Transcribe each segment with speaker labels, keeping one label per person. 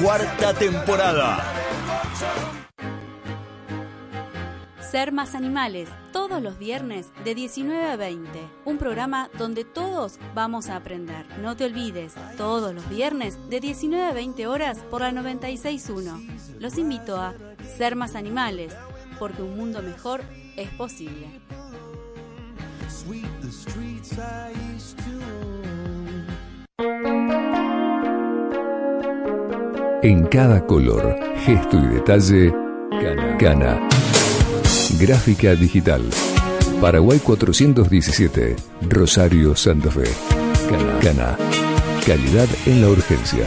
Speaker 1: Cuarta temporada.
Speaker 2: Ser más animales, todos los viernes de 19 a 20. Un programa donde todos vamos a aprender. No te olvides, todos los viernes de 19 a 20 horas por la 96.1. Los invito a Ser más animales, porque un mundo mejor es posible.
Speaker 3: En cada color, gesto y detalle, Cana. Gráfica digital. Paraguay 417, Rosario, Santa Fe. Cana. Cana. Calidad en la urgencia.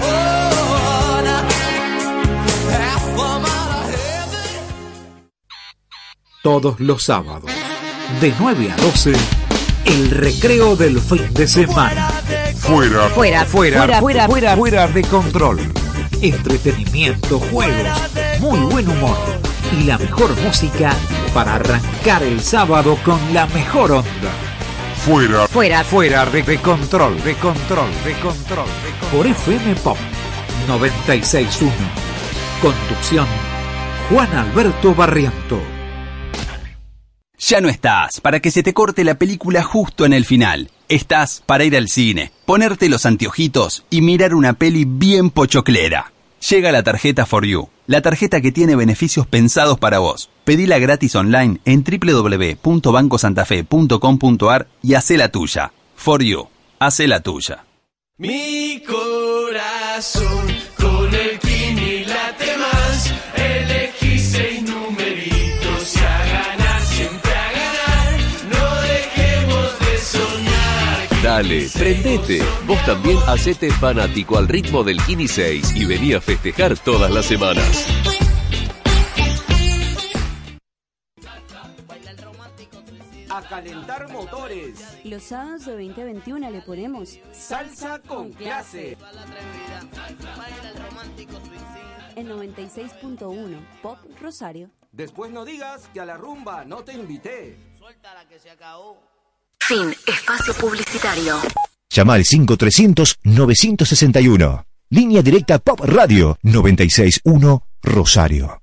Speaker 4: todos los sábados. De 9 a 12, el recreo del fin de semana. Fuera,
Speaker 5: Fuera,
Speaker 4: fuera,
Speaker 5: fuera,
Speaker 4: fuera,
Speaker 5: fuera,
Speaker 4: fuera, de control. Entretenimiento, juegos, muy buen humor y la mejor música para arrancar el sábado con la mejor onda. Fuera,
Speaker 5: Fuera.
Speaker 4: fuera de, de control, de control, de control, de control. Por FM Pop 96.1. Conducción Juan Alberto Barriento.
Speaker 6: Ya no estás para que se te corte la película justo en el final. Estás para ir al cine, ponerte los anteojitos y mirar una peli bien pochoclera. Llega la tarjeta For You, la tarjeta que tiene beneficios pensados para vos. Pedila gratis online en www.bancosantafe.com.ar y hacé la tuya. For You, hacé la tuya.
Speaker 7: Mi corazón con el Kini late más. Elegí seis numeritos y a ganar, siempre a ganar. No dejemos de soñar.
Speaker 8: Dale, prendete. Vos también hacete fanático al ritmo del Kini 6 y vení a festejar todas las semanas.
Speaker 9: A calentar motores.
Speaker 2: Los sábados de 20 a 21 le ponemos
Speaker 9: Salsa con clase.
Speaker 2: en 96.1 Pop Rosario.
Speaker 9: Después no digas que a la rumba no te invité.
Speaker 2: Fin, espacio publicitario.
Speaker 10: Llama al 5300-961. Línea directa Pop Radio 961 Rosario.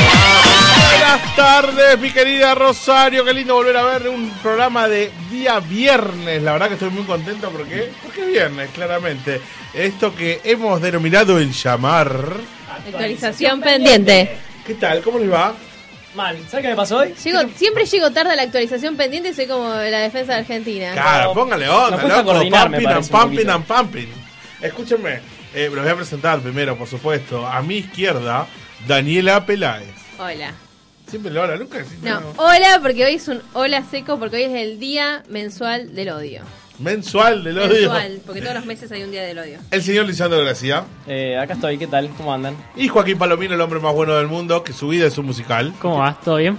Speaker 11: Buenas tardes, mi querida Rosario. Qué lindo volver a ver un programa de día viernes. La verdad que estoy muy contento porque, porque es viernes, claramente. Esto que hemos denominado el llamar.
Speaker 12: Actualización pendiente.
Speaker 11: ¿Qué tal? ¿Cómo les va?
Speaker 13: Mal, ¿sabes qué me pasó hoy?
Speaker 12: Llego, siempre llego tarde a la actualización pendiente y soy como la defensa de Argentina.
Speaker 11: Claro, póngale
Speaker 13: nos
Speaker 11: onda,
Speaker 13: cuesta
Speaker 11: loco.
Speaker 13: coordinar, me
Speaker 11: Pumping and
Speaker 13: parece, un
Speaker 11: pumping
Speaker 13: poquito.
Speaker 11: and pumping. Escúchenme, eh, los voy a presentar primero, por supuesto. A mi izquierda, Daniela Peláez.
Speaker 12: Hola.
Speaker 11: Siempre lo habla Lucas. siempre
Speaker 12: No,
Speaker 11: lo-
Speaker 12: hola porque hoy es un hola seco porque hoy es el día mensual del odio.
Speaker 11: Mensual del odio.
Speaker 12: Mensual, porque todos los meses hay un día del odio.
Speaker 11: El señor Lisandro Gracia.
Speaker 4: Eh,
Speaker 13: acá estoy, ¿qué tal? ¿Cómo andan?
Speaker 11: Y Joaquín Palomino, el hombre más bueno del mundo, que su vida es un musical.
Speaker 13: ¿Cómo va? ¿Todo bien?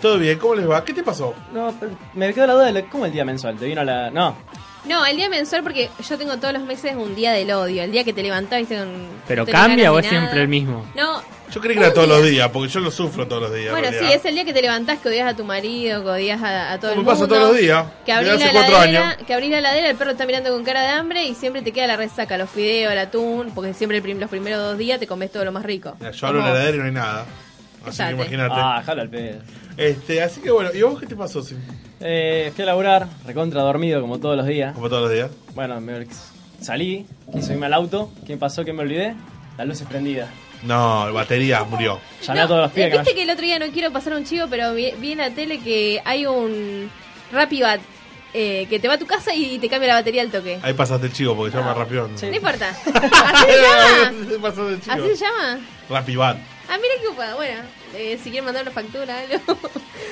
Speaker 11: Todo bien, ¿cómo les va? ¿Qué te pasó?
Speaker 13: No, me quedó la duda de lo- cómo el día mensual. Te vino la. No.
Speaker 11: No, el día mensual porque yo tengo todos los meses un día del odio, el día que te levantás viste con
Speaker 4: ¿Pero
Speaker 11: no tenés
Speaker 4: cambia
Speaker 11: ganas
Speaker 4: o
Speaker 11: de
Speaker 4: es
Speaker 11: nada.
Speaker 4: siempre el mismo?
Speaker 11: No,
Speaker 10: Yo creí que era todos los días, porque yo lo sufro todos los días.
Speaker 11: bueno,
Speaker 10: en
Speaker 11: sí,
Speaker 10: realidad.
Speaker 11: es el día que te levantás que odias a tu marido, que odias a, a todo el
Speaker 10: Me
Speaker 11: mundo.
Speaker 10: pasa todos los días.
Speaker 11: Que
Speaker 10: Desde
Speaker 11: abrís,
Speaker 10: hace
Speaker 11: la
Speaker 10: cuatro
Speaker 11: heladera,
Speaker 10: años.
Speaker 11: que abrís la heladera, el perro está mirando con cara de hambre y siempre te queda la resaca, los fideos, el atún, porque siempre el prim- los primeros dos días te comes todo lo más rico.
Speaker 10: Mira, Yo hablo en la heladera y no hay nada. Así que
Speaker 11: Cállate.
Speaker 10: imagínate.
Speaker 4: Ah, jala el pedo.
Speaker 10: Este, así que bueno, ¿y vos qué te pasó, Sim?
Speaker 4: Eh, fui a laburar, recontra dormido como todos los días.
Speaker 10: Como todos los días.
Speaker 4: Bueno, me salí, quise irme al auto. ¿Quién pasó? que me olvidé? Las luces prendidas.
Speaker 10: No, el batería murió.
Speaker 4: Llamé a todos los
Speaker 11: Eh,
Speaker 4: pibes que
Speaker 11: Viste que el otro día no quiero pasar un chivo, pero vi, vi en la tele que hay un Rapibat eh, que te va a tu casa y te cambia la batería al toque.
Speaker 10: Ahí pasaste el chivo porque se llama Rapión.
Speaker 11: No importa. ¿Así
Speaker 10: se llama?
Speaker 11: ¿Así se llama?
Speaker 10: Rapibat.
Speaker 11: Ah, mira qué ocupado. Bueno, eh, si quieren mandar una factura, algo.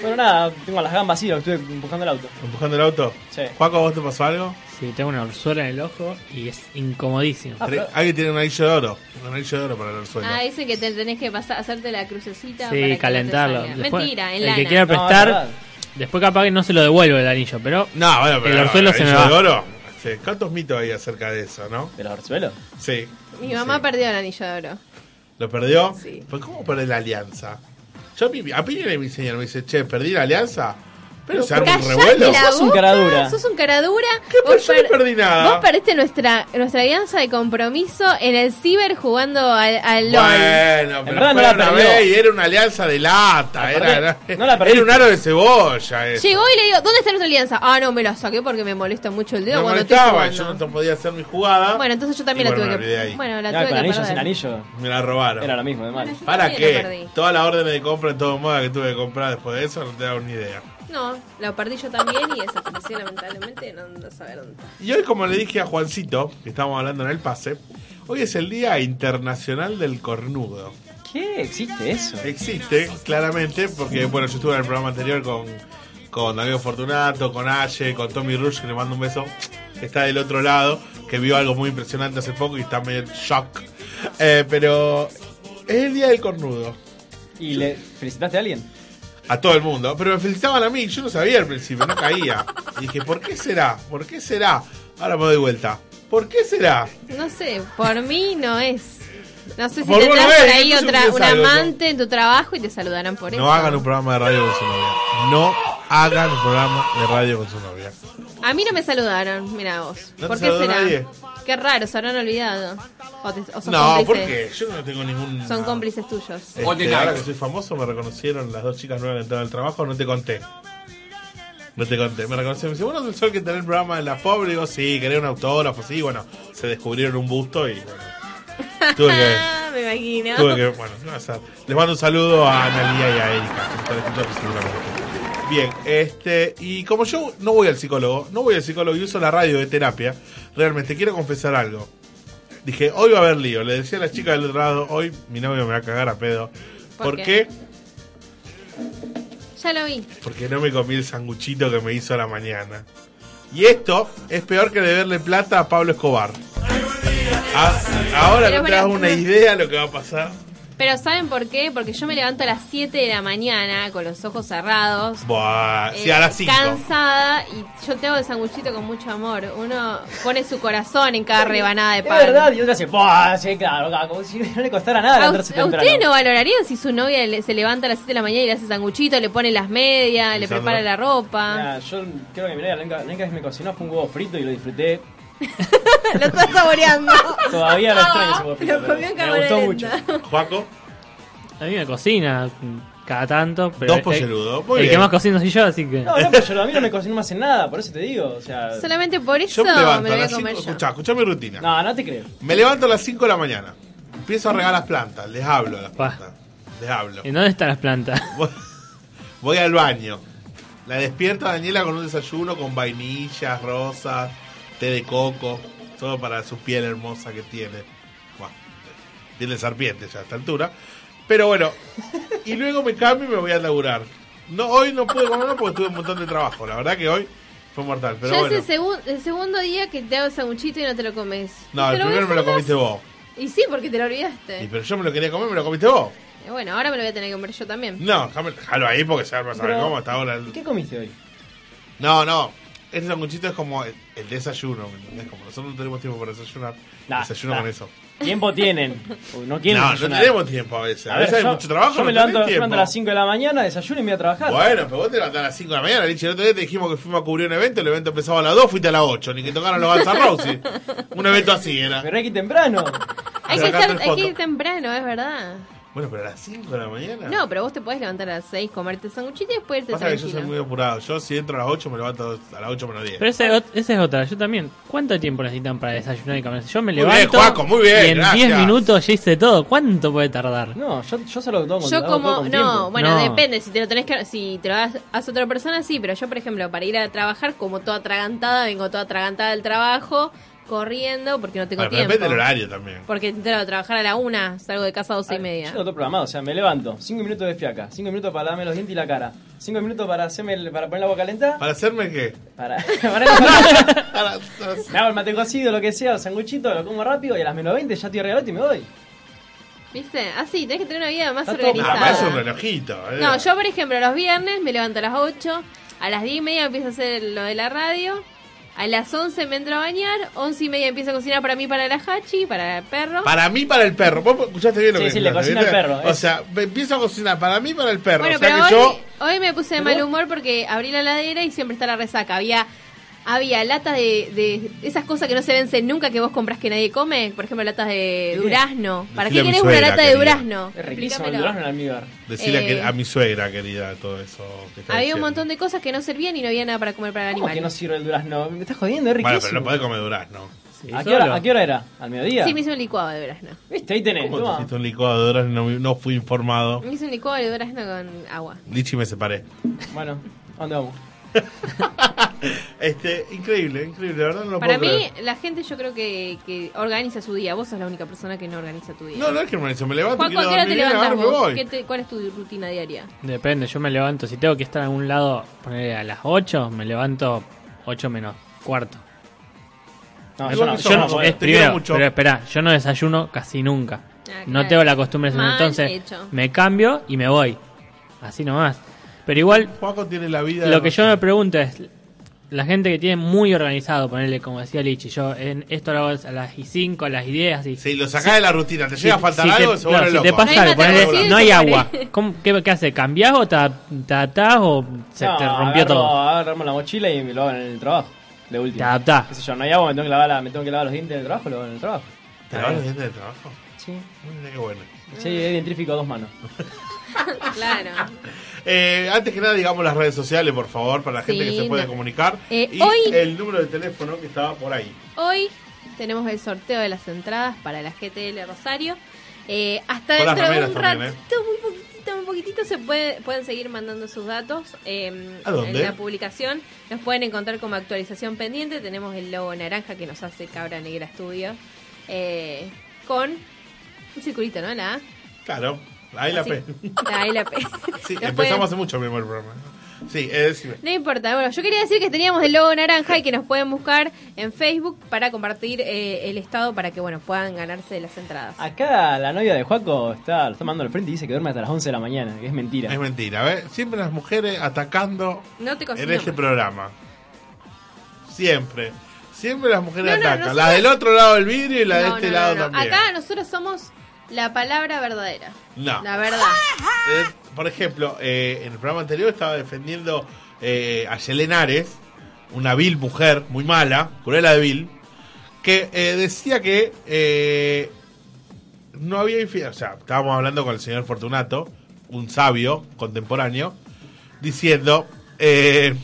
Speaker 4: Bueno, nada, tengo las gambas así, lo estuve empujando el auto.
Speaker 10: ¿Empujando el auto?
Speaker 4: Sí.
Speaker 10: Juaco, ¿a ¿vos te pasó algo?
Speaker 12: Sí, tengo una orzuela en el ojo y es incomodísimo.
Speaker 10: Tre- Alguien tiene un anillo de oro. Un anillo de oro para el suelo.
Speaker 11: Ah, dicen que te tenés que pasar, hacerte la crucecita. para que no
Speaker 12: Sí,
Speaker 11: te
Speaker 12: calentarlo.
Speaker 11: salga.
Speaker 12: Después,
Speaker 11: Mentira, en
Speaker 12: el
Speaker 11: lana.
Speaker 12: que quiera prestar, después capaz que no se lo devuelvo el anillo, pero,
Speaker 10: No, bueno, pero
Speaker 12: el orzuelo se me
Speaker 10: anillo
Speaker 12: va.
Speaker 10: de oro? Sí, ¿Cuántos mitos hay acerca de eso, no?
Speaker 4: ¿Del orzuelo?
Speaker 10: Sí.
Speaker 11: Mi mamá perdió el anillo de oro.
Speaker 10: ¿Lo perdió?
Speaker 11: Sí.
Speaker 10: ¿Pero cómo perder la alianza? Yo a mí, a mí viene mi señor me dice, che, perdí la alianza. Pero se arma un
Speaker 11: Callate
Speaker 10: revuelo.
Speaker 11: la boca, Sos un caradura. Vos
Speaker 10: Yo no
Speaker 11: per-
Speaker 10: perdí
Speaker 11: Vos
Speaker 10: nada.
Speaker 11: perdiste nuestra, nuestra alianza de compromiso en el ciber jugando al, al LOL.
Speaker 10: Bueno, pero fue una vez y era una alianza de lata. era, era- era un aro de cebolla. eh. eso.
Speaker 11: Llegó y le digo, ¿dónde está nuestra alianza? Ah, no, me la saqué porque me molesta mucho el dedo
Speaker 10: me
Speaker 11: cuando estoy
Speaker 10: molestaba,
Speaker 11: jugando.
Speaker 10: yo no te podía hacer mi jugada.
Speaker 11: Bueno, entonces yo también
Speaker 10: Y
Speaker 11: la
Speaker 10: bueno,
Speaker 11: tuve
Speaker 10: me
Speaker 11: que...
Speaker 10: olvidé ahí.
Speaker 11: Bueno, la
Speaker 4: Ya, Ah, con
Speaker 11: tuve que
Speaker 4: anillo
Speaker 11: perder.
Speaker 4: sin anillo.
Speaker 10: Me la robaron.
Speaker 4: Era lo mismo, de mal.
Speaker 10: ¿Para
Speaker 11: también lo
Speaker 10: qué?
Speaker 11: perdí.
Speaker 10: Todas las órdenes de compra en todo moda que tuve que comprar después de eso no te daban ni idea.
Speaker 11: No, la perdí yo también y desapareció lamentablemente, no ando a saber dónde está.
Speaker 10: Y hoy, como le dije a Juancito, que estábamos hablando en el pase, hoy es el Día Internacional del Cornudo.
Speaker 4: ¿Qué? ¿Existe eso?
Speaker 10: Existe, claramente, porque bueno, yo estuve en el programa anterior con, con Darío Fortunato, con Aye, con Tommy Rush, que le mando un beso, que está del otro lado, que vio algo muy impresionante hace poco y está medio en shock. Eh, pero es el Día del Cornudo.
Speaker 4: ¿Y le felicitaste a alguien?
Speaker 10: A todo el mundo. Pero me felicitaban a mí, yo no sabía al principio, no caía. Y dije, ¿por qué será? ¿Por qué será? Ahora me doy vuelta. ¿Por qué será?
Speaker 11: No sé, por mí no es. No sé si
Speaker 10: Por vos
Speaker 11: tendrás
Speaker 10: no es,
Speaker 11: por ahí
Speaker 10: entonces
Speaker 11: otra,
Speaker 10: piensa
Speaker 11: un
Speaker 10: algo, ¿no?
Speaker 11: amante en tu trabajo y te saludarán por eso.
Speaker 10: No hagan un programa de radio con su novia. No hagan un programa de radio con su novia.
Speaker 11: A mí no me saludaron, mira vos.
Speaker 10: ¿No te
Speaker 11: ¿Por qué
Speaker 10: saludó
Speaker 11: será?
Speaker 10: nadie?
Speaker 11: Qué raro, se habrán olvidado. O, te- o son
Speaker 10: No,
Speaker 11: cómplices.
Speaker 10: ¿por qué? Yo no tengo ningún...
Speaker 11: Son cómplices tuyos.
Speaker 10: Este, ahora que soy famoso me reconocieron las dos chicas nuevas que entraron al trabajo, no te conté. No te conté, me reconocieron. Me dice, bueno, el sol que tenés el programa de la pobre. Digo, sí, querés un autógrafo, sí. Bueno, se descubrieron un busto y bueno, tuve que...
Speaker 11: Ah, me imagino.
Speaker 10: Tuve que, bueno, no, o sea, les mando un saludo a Analia y a Erika. que están escuchando seguramente. Bien, este, y como yo no voy al psicólogo, no voy al psicólogo y uso la radio de terapia, realmente quiero confesar algo. Dije, hoy va a haber lío. Le decía a la chica del otro lado, hoy mi novio me va a cagar a pedo.
Speaker 11: ¿Por
Speaker 10: ¿Por,
Speaker 11: qué?
Speaker 10: qué?
Speaker 11: Ya lo vi.
Speaker 10: Porque no me comí el sanguchito que me hizo a la mañana. Y esto es peor que deberle plata a Pablo Escobar. Ah, ahora
Speaker 11: Pero
Speaker 10: no te das
Speaker 11: pará,
Speaker 10: una
Speaker 11: no.
Speaker 10: idea lo que va a pasar.
Speaker 11: Pero ¿saben por qué? Porque yo me levanto a las 7 de la mañana con los ojos cerrados.
Speaker 10: Buah, sí,
Speaker 11: eh,
Speaker 10: a las 5.
Speaker 11: Cansada y yo te hago el sanguchito con mucho amor. Uno pone su corazón en cada rebanada de
Speaker 4: Es
Speaker 11: pan.
Speaker 4: verdad, y otra dice, ¡buah! Sí, claro, claro, como si no le costara nada
Speaker 11: ¿A,
Speaker 4: levantarse
Speaker 11: usted- a
Speaker 4: temprano.
Speaker 11: ustedes no valorarían si su novia le- se levanta a las 7 de la mañana y le hace sanguchito, le pone las medias, le
Speaker 4: Lisandro.
Speaker 11: prepara la ropa?
Speaker 4: Mirá, yo creo que mi novia la única- la única vez que me cocinó fue un huevo frito y lo disfruté.
Speaker 11: lo estás saboreando.
Speaker 4: Todavía lo extraño ese huevo frito.
Speaker 11: Lo
Speaker 4: pero
Speaker 11: comió en
Speaker 4: me gustó
Speaker 11: cámara
Speaker 4: mucho.
Speaker 11: lenta.
Speaker 10: Juaco.
Speaker 12: A mí me cocina cada tanto. Pero
Speaker 10: Dos
Speaker 12: el-
Speaker 10: pollerudos,
Speaker 12: El,
Speaker 10: muy
Speaker 12: Eh, el que
Speaker 10: bien.
Speaker 12: más cocina soy yo, así que.
Speaker 4: No, no, pero yo, a mí no me cocinó más en nada, por eso te digo. O sea,
Speaker 11: Solamente por
Speaker 10: Yo
Speaker 11: eso
Speaker 10: me
Speaker 11: me
Speaker 10: levanto
Speaker 11: lo
Speaker 10: a
Speaker 11: voy a
Speaker 10: las
Speaker 11: comer
Speaker 10: 5.
Speaker 11: yo.
Speaker 10: Escuchá, escuchá mi rutina.
Speaker 4: No, no te creo.
Speaker 10: Me levanto a las 5 de la mañana. Empiezo a regar las plantas. Les hablo a las
Speaker 12: Pa.
Speaker 10: plantas. Les hablo.
Speaker 12: ¿En dónde están las plantas?
Speaker 10: Voy al baño. La despierto a Daniela con un desayuno con vainillas, rosas, té de coco. Todo para su piel hermosa que tiene. Bueno, tiene serpiente ya a esta altura. Pero bueno, y luego me cambio y me voy a laburar. No, hoy no pude comer porque tuve un montón de trabajo. La verdad que hoy fue mortal. Pero
Speaker 11: ya
Speaker 10: bueno.
Speaker 11: es el, segun- el segundo día que te hago el sanguchito y no te lo comes.
Speaker 10: No,
Speaker 11: ¿Te
Speaker 10: el primero me lo
Speaker 11: voy a
Speaker 10: comiste
Speaker 11: hacer
Speaker 10: vos.
Speaker 11: más? Y sí, porque te lo
Speaker 10: Y,
Speaker 11: olvidaste.
Speaker 10: pero yo me lo quería comer, me lo comiste vos.
Speaker 11: Eh, Bueno, ahora me lo voy a tener que comer yo también.
Speaker 10: No, déjame- déjalo ahí porque se arma saber
Speaker 11: Pero,
Speaker 10: cómo hasta ahora. el-
Speaker 4: ¿Qué comiste hoy?
Speaker 10: No, no. Ese sanguchito es como el, el desayuno, ¿me entendés? Como nosotros no tenemos tiempo para desayunar,
Speaker 4: Nah,
Speaker 10: desayuno
Speaker 4: nah.
Speaker 10: con eso.
Speaker 4: Tiempo tienen. Uy, No quieren
Speaker 10: No, no
Speaker 4: desayunar.
Speaker 10: tenemos tiempo a veces. A,
Speaker 4: A ver,
Speaker 10: veces
Speaker 4: yo-
Speaker 10: hay mucho trabajo.
Speaker 4: Yo me
Speaker 10: no tenés
Speaker 4: levanto, yo me
Speaker 10: tiempo.
Speaker 4: levanto a las 5 de la mañana, desayuno y me voy a trabajar.
Speaker 10: Bueno, pero vos te levantás a las 5 de la mañana, Lichi. El otro día te dijimos que fuimos a cubrir un evento, el evento empezaba a las 2, fuiste a las 8, ni que tocaron los Guns N' Roses. Un evento así era.
Speaker 4: Pero hay que ir temprano.
Speaker 11: Hay que, estar, hay que ir temprano, es verdad.
Speaker 10: Bueno, pero a las 5 de la mañana.
Speaker 11: No, pero vos te podés levantar a las 6, comerte el sanguchito y después irte
Speaker 10: Pasa que yo
Speaker 11: tranquilo.
Speaker 10: soy muy apurado. Yo si entro a las 8 me levanto a las 8 menos 10.
Speaker 12: Pero esa, es ot- esa es otra, yo también. ¿Cuánto tiempo necesitan para desayunar y comer? Yo me
Speaker 10: Muy bien,
Speaker 12: levanto
Speaker 10: Juaco, muy bien,
Speaker 12: y en
Speaker 10: gracias.
Speaker 12: 10 minutos ya hice todo. ¿Cuánto puede tardar?
Speaker 4: No, yo, yo se lo tomo.
Speaker 11: Yo
Speaker 4: lo hago todo
Speaker 11: como,
Speaker 4: con
Speaker 11: no,
Speaker 4: tiempo.
Speaker 11: bueno,
Speaker 12: No.
Speaker 11: depende, si te lo tenés que, si te lo das a otra persona, sí, pero yo, por ejemplo, para ir a trabajar como toda atragantada, vengo toda atragantada del trabajo, corriendo, porque no tengo
Speaker 4: Bueno, pero
Speaker 11: tiempo.
Speaker 4: depende del horario también.
Speaker 11: Porque entro a trabajar a la una, salgo de casa a doce y media.
Speaker 4: Yo no tengo programado, o sea, me levanto, 5 minutos de fiaca, 5 minutos para lavarme los dientes y la cara, 5 minutos para hacerme el- para poner la agua calentada.
Speaker 10: ¿Para hacerme qué?
Speaker 4: Para, para la- me hago el mate cocido, lo que sea, el sanguchito, lo como rápido y a las menos 20 ya estoy regalado y me voy.
Speaker 11: ¿Viste? Así, tenés que tener una vida más
Speaker 4: Está todo
Speaker 10: Ah, para eso es un
Speaker 11: organizada.
Speaker 10: relojito. eh.
Speaker 11: No, yo, por ejemplo, los viernes me levanto a las 8, a las 10 y media empiezo a hacer lo de la radio. A las 11 me entro a bañar, 11 y media empiezo a cocinar para mí, para la Hachi, para el perro.
Speaker 10: Para mí, para el perro. Vos escuchaste bien lo
Speaker 4: Sí,
Speaker 10: que
Speaker 4: sí, le
Speaker 10: escuchaste,
Speaker 4: cocina al
Speaker 10: ¿viste?
Speaker 4: perro, eh.
Speaker 10: O
Speaker 4: es-
Speaker 10: sea, me empiezo a cocinar para mí, para el perro.
Speaker 11: Bueno,
Speaker 10: o sea
Speaker 11: pero
Speaker 10: que
Speaker 11: hoy,
Speaker 10: yo.
Speaker 11: hoy me puse de
Speaker 10: ¿Pero?
Speaker 11: mal humor porque abrí la heladera y siempre está la resaca. Había había latas de, de esas cosas que no se vencen nunca que vos compras que nadie come. Por ejemplo, latas de durazno. ¿Para
Speaker 10: Decile
Speaker 11: qué
Speaker 10: a mi
Speaker 11: querés una
Speaker 10: suegra,
Speaker 11: lata de
Speaker 10: querida.
Speaker 11: durazno?
Speaker 4: Es riquísimo el
Speaker 11: Explícamelo.
Speaker 4: durazno en almíbar.
Speaker 10: Decirle
Speaker 11: Eh.
Speaker 10: a, mi suegra, querida, todo eso. Que está
Speaker 11: Había
Speaker 10: diciendo.
Speaker 11: un montón de cosas que no servían y no había nada para comer para el
Speaker 4: ¿Cómo que
Speaker 11: animal.
Speaker 4: no sirve el durazno? Me estás jodiendo, es
Speaker 10: Bueno,
Speaker 4: riquísimo.
Speaker 10: pero no podés comer durazno.
Speaker 4: ¿A, qué hora, a qué hora era? ¿Al mediodía?
Speaker 11: Sí, me hice un licuado de durazno.
Speaker 4: ¿Viste? Ahí tenés.
Speaker 10: ¿Cómo te
Speaker 4: toma.
Speaker 10: hiciste un licuado de durazno? No, no fui informado.
Speaker 11: Me hice un licuado de durazno con agua.
Speaker 10: Lichi me separé.
Speaker 4: Bueno, ¿a ¿dónde vamos?
Speaker 10: Este, increíble, increíble. La verdad no lo
Speaker 11: Para
Speaker 10: puedo
Speaker 11: mí,
Speaker 10: creer.
Speaker 11: la gente yo creo que, que organiza su día. Vos sos la única persona que no organiza tu día.
Speaker 10: No, no es que me hizo, me levanto.
Speaker 11: Juan,
Speaker 10: quiero
Speaker 11: ¿a qué hora te
Speaker 10: dormir bien,
Speaker 11: levantas
Speaker 10: ahora me
Speaker 11: vos?
Speaker 10: voy.
Speaker 11: ¿Qué te- ¿Cuál es tu rutina diaria?
Speaker 12: Depende, yo me levanto. Si tengo que estar en algún lado, ponerle a las 8, me levanto 8 menos cuarto.
Speaker 4: No,
Speaker 12: Yo
Speaker 4: yo no,
Speaker 12: no-
Speaker 4: yo
Speaker 12: yo
Speaker 4: no,
Speaker 12: no-
Speaker 4: porque
Speaker 12: es
Speaker 4: te
Speaker 12: primero,
Speaker 4: quiero mucho.
Speaker 12: pero espera, yo no desayuno casi nunca.
Speaker 4: Ah,
Speaker 12: No
Speaker 4: claro.
Speaker 12: tengo la costumbre de
Speaker 4: Mal
Speaker 12: desayunar, entonces
Speaker 4: hecho.
Speaker 12: me cambio y me voy. Así nomás. Pero igual,
Speaker 10: Juaco tiene la vida.
Speaker 12: lo que yo me pregunto es, la gente que tiene muy organizado, ponerle como decía Lichi, yo en esto lo hago a las 5, a las 10, así.
Speaker 10: Si lo sacás de la rutina, te llega a faltar
Speaker 12: te-
Speaker 10: algo, se
Speaker 12: claro,
Speaker 10: vuelve
Speaker 12: si te
Speaker 10: loco.
Speaker 12: pasa
Speaker 10: No hay
Speaker 12: algo, ponele,
Speaker 10: matematicina,
Speaker 12: no hay
Speaker 10: se
Speaker 12: agua. ¿Cómo- qué, qué hace? ¿Cambiás o te te adaptás o se
Speaker 4: No,
Speaker 12: te rompió
Speaker 4: agarro-
Speaker 12: todo?
Speaker 4: Agarramos la mochila y me lo hago en el trabajo. De última.
Speaker 12: Te adaptás.
Speaker 4: Qué sé yo, no hay agua, me tengo que lavar, la- me tengo que lavar los dientes en el trabajo, lo hago en el trabajo.
Speaker 10: ¿Te lavas los dientes del trabajo?
Speaker 4: Sí.
Speaker 10: Mira qué bueno.
Speaker 4: Sí, identifico a dos manos.
Speaker 11: claro.
Speaker 10: Eh, antes que nada, digamos las redes sociales, por favor, para la gente
Speaker 11: Sí,
Speaker 10: que se puede
Speaker 11: no.
Speaker 10: comunicar.
Speaker 11: Eh,
Speaker 10: y
Speaker 11: hoy-
Speaker 10: el número de teléfono que estaba por ahí.
Speaker 11: Hoy tenemos el sorteo de las entradas para la GTL Rosario. Eh, hasta
Speaker 10: Con las
Speaker 11: dentro de
Speaker 10: remeras
Speaker 11: un
Speaker 10: también, ¿eh?
Speaker 11: ratito, muy poquitito, muy poquitito, se puede, pueden seguir mandando sus datos eh,
Speaker 10: ¿A dónde?
Speaker 11: en la publicación. Nos pueden encontrar como actualización pendiente. Tenemos el logo naranja que nos hace Cabra Negra Studio. eh, con un circulito, ¿no? La A.
Speaker 10: Claro, ahí la
Speaker 11: Así.
Speaker 10: P.
Speaker 11: Ahí la P.
Speaker 10: Sí,
Speaker 11: Nos
Speaker 10: empezamos
Speaker 11: pueden-
Speaker 10: hace mucho mismo el programa. Sí, eh, decime.
Speaker 11: No importa, bueno, yo quería decir que teníamos el logo naranja y que nos pueden buscar en Facebook para compartir eh, el estado para que, bueno, puedan ganarse las entradas.
Speaker 4: Acá la novia de Juaco está, lo está mandando al frente y dice que duerme hasta las 11 de la mañana, que es mentira.
Speaker 10: Es mentira, ¿ves? Siempre las mujeres atacando
Speaker 11: No te
Speaker 10: en
Speaker 11: cocino
Speaker 10: este
Speaker 11: más.
Speaker 10: programa. Siempre. Siempre las mujeres
Speaker 11: No, no,
Speaker 10: atacan. La
Speaker 11: nosotros-
Speaker 10: del otro lado del vidrio y la de
Speaker 11: No,
Speaker 10: este
Speaker 11: no, no,
Speaker 10: lado
Speaker 11: no.
Speaker 10: también.
Speaker 11: Acá nosotros somos la palabra verdadera.
Speaker 10: No.
Speaker 11: La verdad.
Speaker 10: Eh, por ejemplo, eh, en el programa anterior estaba defendiendo eh, a Yelena Ares, una vil mujer, muy mala, cruela de vil, que eh, decía que eh, no había infidelidad. O sea, estábamos hablando con el señor Fortunato, un sabio contemporáneo, diciendo eh,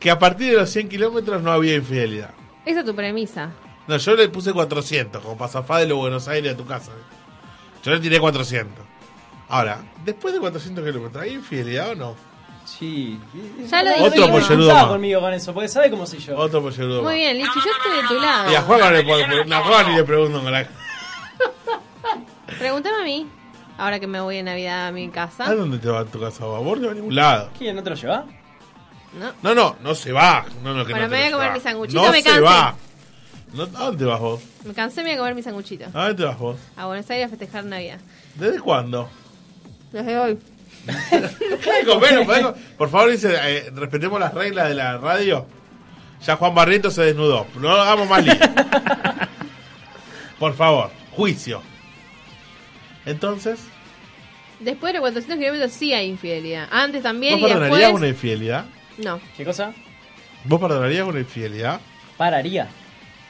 Speaker 10: que a partir de los 100 kilómetros no había infidelidad.
Speaker 11: Esa es tu premisa.
Speaker 10: No, yo le puse 400, como pasafá de los Buenos Aires a tu casa. Yo le tiré 400. Ahora, después de 400 kilómetros, ¿hay infidelidad o no?
Speaker 4: Sí.
Speaker 11: Ya lo
Speaker 10: Otro
Speaker 11: dijimos.
Speaker 10: pollerudo
Speaker 4: Estaba
Speaker 10: más.
Speaker 4: conmigo con eso, porque sabe cómo soy yo.
Speaker 10: Otro pues pollerudo
Speaker 11: Muy
Speaker 10: más.
Speaker 11: bien, Lichi, yo estoy de tu lado.
Speaker 10: Y a Juan no le puedo pre- no, a Juan ni le pregunto con la-
Speaker 11: Pregúntame a mí, ahora que me voy de Navidad a mi casa.
Speaker 10: ¿A dónde te va tu casa? ¿A vos no va a ningún lado?
Speaker 4: ¿Quién no te lo lleva?
Speaker 11: No.
Speaker 10: No, no, no se va. No, no, que
Speaker 11: Bueno,
Speaker 10: no
Speaker 11: me
Speaker 10: te
Speaker 11: voy a
Speaker 10: lo
Speaker 11: comer
Speaker 10: lleva.
Speaker 11: mi sanguchito,
Speaker 10: no
Speaker 11: me
Speaker 10: se
Speaker 11: cansé.
Speaker 10: va. No, ¿A dónde vas vos?
Speaker 11: Me cansé, me voy a comer mi sanguchito.
Speaker 10: ¿A dónde vas vos?
Speaker 11: A Buenos Aires a festejar Navidad.
Speaker 10: ¿Desde cuándo?
Speaker 11: Desde hoy.
Speaker 10: Podés comer, no podés comer. Por favor, dice, eh, respetemos las reglas de la radio. Ya Juan Barrientos se desnudó. No hagamos más lío. Por favor, juicio. Entonces,
Speaker 11: Después de los 400 kilómetros sí hay infidelidad. Antes también
Speaker 10: ¿vos
Speaker 11: y
Speaker 10: perdonarías
Speaker 11: después...
Speaker 10: una infidelidad?
Speaker 11: No.
Speaker 4: ¿Qué cosa?
Speaker 10: ¿Vos perdonarías una infidelidad?
Speaker 4: Pararía.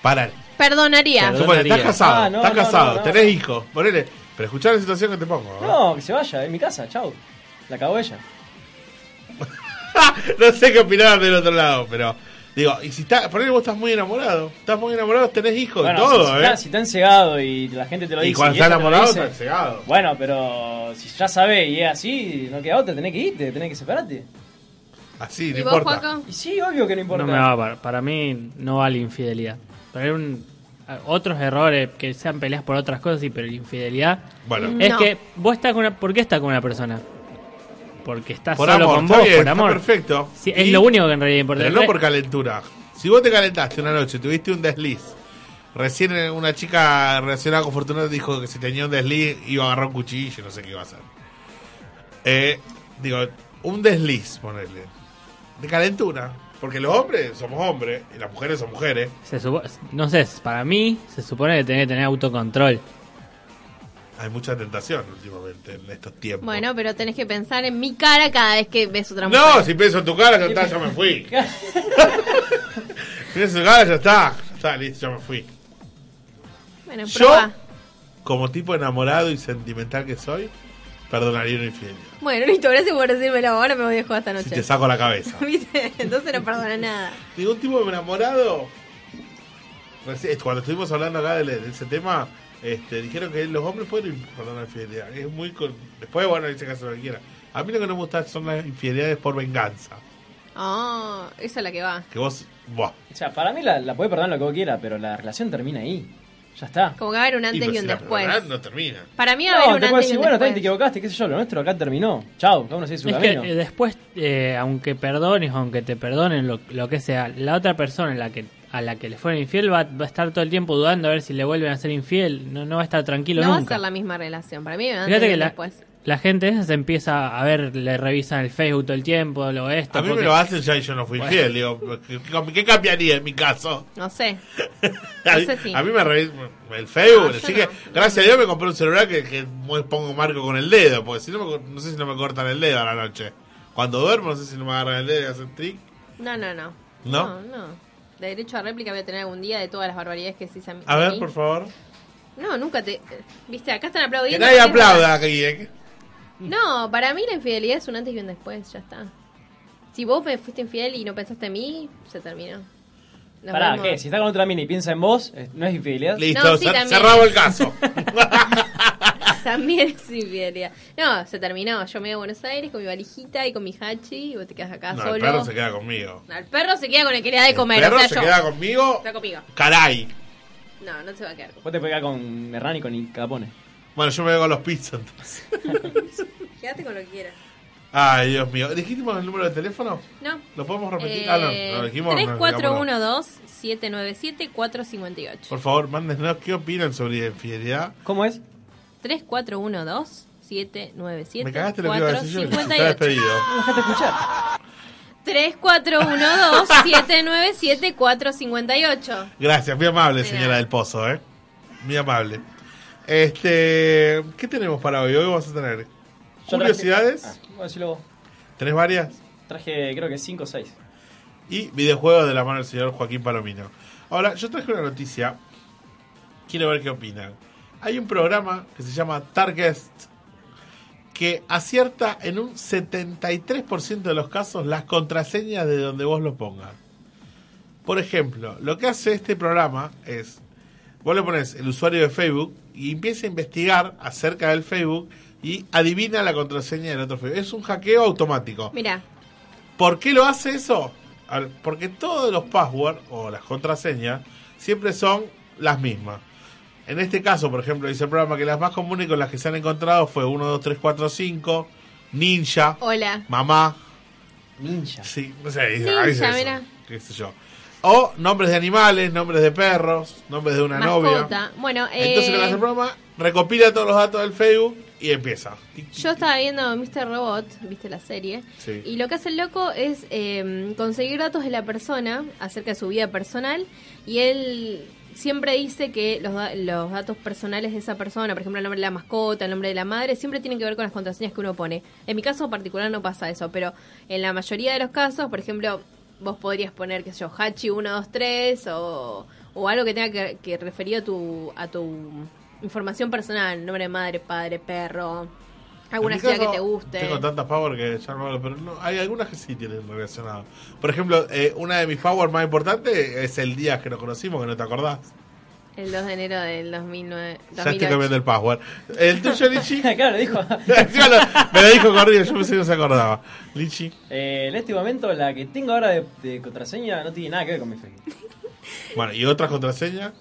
Speaker 10: Parar.
Speaker 11: Perdonaría.
Speaker 10: Supone, estás casado,
Speaker 4: Ah, no,
Speaker 10: estás
Speaker 4: no,
Speaker 10: casado,
Speaker 4: no, no.
Speaker 10: tenés hijos, ponele. Pero escuchá la situación que te pongo. ¿eh?
Speaker 4: No, que se vaya, en mi casa, chau. La cago ella.
Speaker 10: No sé qué opinaban del otro lado, pero. Digo, y si está, ponele vos estás muy enamorado. Estás muy enamorado, tenés hijos
Speaker 4: Bueno,
Speaker 10: y todo,
Speaker 4: si,
Speaker 10: ¿eh?
Speaker 4: está, si está encegado y la gente te lo
Speaker 10: Y
Speaker 4: dice.
Speaker 10: cuando
Speaker 4: ella
Speaker 10: está
Speaker 4: te lo
Speaker 10: enamorado,
Speaker 4: dice,
Speaker 10: está encegado.
Speaker 4: Bueno, pero si ya sabes y es así, no queda otra, tenés que irte, tenés que separarte.
Speaker 10: Así,
Speaker 12: no ¿Y vos, importa.
Speaker 4: Y sí, obvio que no importa.
Speaker 12: No me va para, para mí no vale infidelidad. Para un- a- otros errores que sean peleas por otras cosas, sí, pero la infidelidad
Speaker 10: Bueno.
Speaker 12: es
Speaker 10: No.
Speaker 12: que vos estás con una, ¿por qué estás con una persona? Porque estás
Speaker 10: Por
Speaker 12: solo
Speaker 10: amor,
Speaker 12: con
Speaker 10: está
Speaker 12: vos,
Speaker 10: bien,
Speaker 12: por
Speaker 10: está
Speaker 12: amor.
Speaker 10: perfecto.
Speaker 12: Sí, es
Speaker 10: Y-
Speaker 12: lo único que en realidad importa.
Speaker 10: Pero no por calentura. Si vos te calentaste una noche, tuviste un desliz. Recién eh, una chica relacionada con Fortunato dijo que si tenía un desliz iba a agarrar un cuchillo, no sé qué iba a hacer. Eh, digo, un desliz, ponerle. De calentura. Porque los hombres somos hombres y las mujeres son mujeres.
Speaker 12: Se supo- no sé, para mí se supone que tenés que tener autocontrol.
Speaker 10: Hay mucha tentación últimamente en estos tiempos.
Speaker 11: Bueno, pero tenés que pensar en mi cara cada vez que ves otra mujer.
Speaker 10: No, si pienso en tu cara, ya está, ya me fui. pienso en tu cara, ya está. Ya está, listo, ya me fui.
Speaker 11: Bueno,
Speaker 10: Yo-
Speaker 11: probá.
Speaker 10: Como tipo enamorado y sentimental que soy, perdonaría una infidelidad.
Speaker 11: Bueno, listo, gracias por decírmelo. Ahora me voy a jugar esta
Speaker 10: Si te
Speaker 11: noche.
Speaker 10: saco la cabeza.
Speaker 11: ¿Viste? Entonces no perdona nada.
Speaker 10: Digo, un tipo enamorado. Reci- eh, Cuando estuvimos hablando acá de, de ese tema, este, dijeron que los hombres pueden perdonar infidelidad. Es muy con- Después, bueno, dice que hace lo que quiera. A mí lo que no me gusta son las infidelidades por venganza.
Speaker 11: Ah, esa es la que va.
Speaker 10: Que vos, buah.
Speaker 4: O sea, para mí la, la puede perdonar lo que vos quiera, pero la relación termina ahí. Ya está.
Speaker 11: Como que va a haber un antes
Speaker 4: pero
Speaker 11: y
Speaker 4: si
Speaker 11: un
Speaker 4: la
Speaker 11: después.
Speaker 10: pues verdad no termina.
Speaker 11: Para mí va a haber
Speaker 4: No,
Speaker 11: un
Speaker 4: te puedo
Speaker 11: antes y
Speaker 4: decir,
Speaker 11: un
Speaker 4: bueno, también
Speaker 11: después.
Speaker 4: te equivocaste, qué sé yo, lo nuestro acá terminó. Chau, cada uno sigue su
Speaker 12: Es que
Speaker 4: camino.
Speaker 12: eh, después, eh, aunque perdones, aunque te perdonen, lo, lo que sea, la otra persona en la que, a la que le fueron infiel va, va a estar todo el tiempo dudando a ver si le vuelven a ser infiel. No, no va a estar tranquilo
Speaker 11: No va a
Speaker 12: nunca.
Speaker 11: ser la misma relación. Para mí va a haber
Speaker 12: Fíjate
Speaker 11: antes y
Speaker 12: que
Speaker 11: un
Speaker 12: la-
Speaker 11: después.
Speaker 12: La gente esa se empieza a ver, le revisan el Facebook todo el tiempo, lo esto.
Speaker 10: A mí me
Speaker 12: porque-
Speaker 10: lo hacen ya y yo no fui
Speaker 12: Bueno.
Speaker 10: infiel. Digo, ¿qué, qué cambiaría en mi caso?
Speaker 11: No sé.
Speaker 10: A mí,
Speaker 11: Ese sí.
Speaker 10: a mí me reí el Facebook.
Speaker 11: No, yo
Speaker 10: así
Speaker 11: no.
Speaker 10: que, gracias a Dios, me compré un celular que, que muy- pongo marco con el dedo. Porque si no, me co- no sé si no me cortan el dedo a la noche. Cuando duermo, no sé si no me agarran el dedo y hacen trick.
Speaker 11: No, no, no.
Speaker 10: ¿No?
Speaker 11: No, no. De derecho a réplica voy a tener algún día de todas las barbaridades que se hizo
Speaker 10: A ver, por favor.
Speaker 11: No, nunca te... eh, Viste, acá están
Speaker 10: Que
Speaker 11: aplaudiendo.
Speaker 10: nadie aplauda aquí. ¿eh?
Speaker 11: No, para mí la infidelidad es un antes y un después, ya está. Si vos me fuiste infiel y no pensaste en mí, se terminó. Nos
Speaker 4: Pará,
Speaker 11: vemos.
Speaker 4: ¿qué? Eh, Si está con otra mina y piensa en vos, eh, ¿no es infidelidad?
Speaker 11: Listo, No, sí, cer- también. cerrado el caso. También es infidelidad. No, se terminó. Yo me voy a Buenos Aires con mi valijita y con mi hachi y vos te quedas acá
Speaker 10: No,
Speaker 11: solo.
Speaker 10: el perro se queda conmigo.
Speaker 11: No, el perro se queda con el que le da de comer.
Speaker 10: perro
Speaker 11: o sea,
Speaker 10: se
Speaker 11: yo.
Speaker 10: queda conmigo.
Speaker 11: Está conmigo.
Speaker 10: Caray.
Speaker 11: No, no se va a quedar.
Speaker 4: Vos te pegás con Hernán y con Capone.
Speaker 10: Bueno, yo me voy con los pizzas entonces.
Speaker 11: Quédate con lo que quieras.
Speaker 10: Ay, Dios mío. ¿Dijimos el número de teléfono?
Speaker 11: No.
Speaker 10: ¿Lo podemos repetir? ah,
Speaker 11: Eh,
Speaker 10: no, no, lo dijimos. no, digámoslo.
Speaker 11: 3412-797-458.
Speaker 10: Por favor, mándenos qué opinan sobre la infidelidad.
Speaker 4: ¿Cómo es?
Speaker 11: 3412-797-458.
Speaker 10: Me cagaste lo que iba a decir yo. Está despedido.
Speaker 4: dejaste escuchar.
Speaker 11: 3412-797-458.
Speaker 10: Gracias, muy amable, señora del Pozo, ¿eh? Muy amable. Este, ¿Qué tenemos para hoy? Hoy vamos a tener
Speaker 4: Yo
Speaker 10: curiosidades.
Speaker 4: traje- Ah, voy a decirlo vos.
Speaker 10: ¿Tenés varias?
Speaker 4: Traje, creo que 5 o 6.
Speaker 10: Y videojuegos de la mano del señor Joaquín Palomino. Ahora, yo traje una noticia. Quiero ver qué opinan. Hay un programa que se llama Targest que acierta en un 73% de los casos las contraseñas de donde vos lo pongas. Por ejemplo, lo que hace este programa es, vos le pones el usuario de Facebook y empieza a investigar acerca del Facebook y adivina la contraseña del otro Facebook. Es un hackeo automático.
Speaker 11: Mira,
Speaker 10: ¿Por qué lo hace eso? Al- Porque todos los passwords o las contraseñas siempre son las mismas. En este caso, por ejemplo, dice el programa que las más comunes con las que se han encontrado fue 1, 2, 3, 4, 5, Ninja,
Speaker 11: hola.
Speaker 10: Mamá.
Speaker 4: Ninja.
Speaker 10: Sí, no sé, dice,
Speaker 11: Ninja,
Speaker 10: ah, dice eso,
Speaker 11: mira.
Speaker 10: qué sé yo. O nombres de animales, nombres de perros, nombres de una novia.
Speaker 11: Mascota. Bueno,
Speaker 10: Entonces,
Speaker 11: eh,
Speaker 10: con hace programa, recopila todos los datos del Facebook y empieza.
Speaker 11: yo estaba viendo Mr. Robot, viste la serie,
Speaker 10: Sí.
Speaker 11: y lo que hace el loco es eh, conseguir datos de la persona acerca de su vida personal y él siempre dice que los, da- los datos personales de esa persona, por ejemplo el nombre de la mascota, el nombre de la madre, siempre tienen que ver con las contraseñas que uno pone. En mi caso particular no pasa eso, pero en la mayoría de los casos, por ejemplo, vos podrías poner, qué sé yo, Hachi 123 o, o algo que tenga que, que referir a tu, a tu información personal, nombre de madre, padre, perro, alguna
Speaker 10: En mi
Speaker 11: ciudad
Speaker 10: caso,
Speaker 11: que te guste.
Speaker 10: Tengo tantas power que ya no hablo, pero no, hay algunas que sí tienen relacionado. Por ejemplo, eh, una de mis power más importantes es el día que nos conocimos, que no te acordás.
Speaker 11: El 2 de enero del 2009.
Speaker 10: Ya
Speaker 11: 2008.
Speaker 10: estoy cambiando el password. El tuyo, Lichi.
Speaker 4: Eh, claro, dijo.
Speaker 10: Me lo dijo corrido, yo pensé que no se acordaba. Lichi.
Speaker 4: Eh, en este momento la que tengo ahora de, de contraseña no tiene nada que ver con mi Facebook.
Speaker 10: Bueno, ¿y otras contraseñas?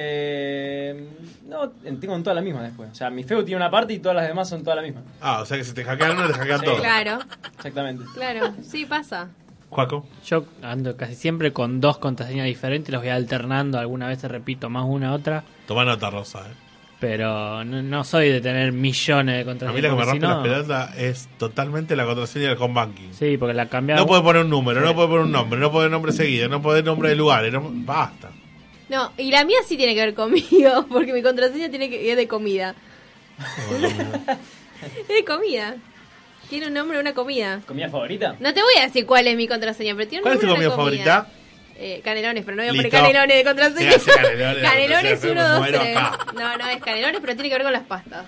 Speaker 4: Eh, no, en- tengo en todas las mismas después. O sea, mi Facebook tiene una parte y todas las demás son todas las mismas.
Speaker 10: Ah, o sea que si te hackean una, te hackean todas.
Speaker 11: Claro,
Speaker 4: Exactamente.
Speaker 11: claro, sí pasa.
Speaker 10: Juaco.
Speaker 12: Yo ando casi siempre con dos contraseñas diferentes, los voy alternando, alguna vez repito más una otra,
Speaker 10: Toma nota, Rosa. eh.
Speaker 12: pero no, no soy de tener millones de
Speaker 10: A mí
Speaker 12: contraseñas.
Speaker 10: la que me
Speaker 12: porque
Speaker 10: rompe
Speaker 12: si
Speaker 10: las
Speaker 12: no-
Speaker 10: pelotas es totalmente la contraseña del home banking.
Speaker 12: Sí, porque la cambiamos.
Speaker 10: No puede poner un número, no puede poner un nombre, no puede poner nombre seguido, no puede nombre de lugares. no- basta.
Speaker 11: No, y la mía sí tiene que ver conmigo, porque mi contraseña tiene que es de comida. es de comida. Tiene un nombre, una comida.
Speaker 4: ¿Comida favorita?
Speaker 11: No te voy a decir cuál es mi contraseña, pero tiene un
Speaker 10: ¿Cuál es tu
Speaker 11: nombre,
Speaker 10: comida
Speaker 11: una
Speaker 10: favorita?
Speaker 11: Eh, canelones, pero no voy a poner
Speaker 10: Listo.
Speaker 11: canelones de contraseña.
Speaker 10: Gracias, canelones de
Speaker 11: Canelones
Speaker 10: contraseña,
Speaker 11: 1,
Speaker 10: me
Speaker 11: 2,
Speaker 10: muero Ah.
Speaker 11: 3.
Speaker 10: acá.
Speaker 11: No, no, es canelones, pero tiene que ver con las pastas.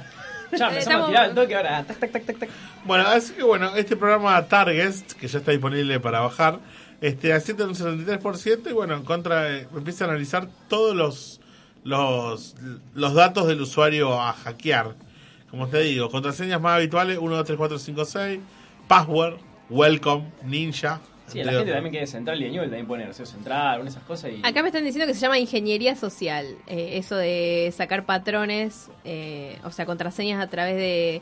Speaker 4: Ya,
Speaker 11: Eh,
Speaker 4: empezamos
Speaker 11: estamos-
Speaker 4: a tirar el toque ahora. Tac, tac,
Speaker 10: Bueno, así que bueno, este programa Targets, que ya está disponible para bajar, este, asienta un 73% y bueno, en contra, eh, empieza a analizar todos los, los, los datos del usuario a hackear. Como te digo, contraseñas más habituales, 1, 2, 3, 4, 5, 6, password, welcome, ninja.
Speaker 4: Sí,
Speaker 10: entre
Speaker 4: la gente
Speaker 10: otros.
Speaker 4: también quiere central y Ñuble también pone Rocío Central, una de esas cosas y...
Speaker 11: Acá me están diciendo que se llama ingeniería social, eh, eso de sacar patrones, eh, o sea, contraseñas a través de,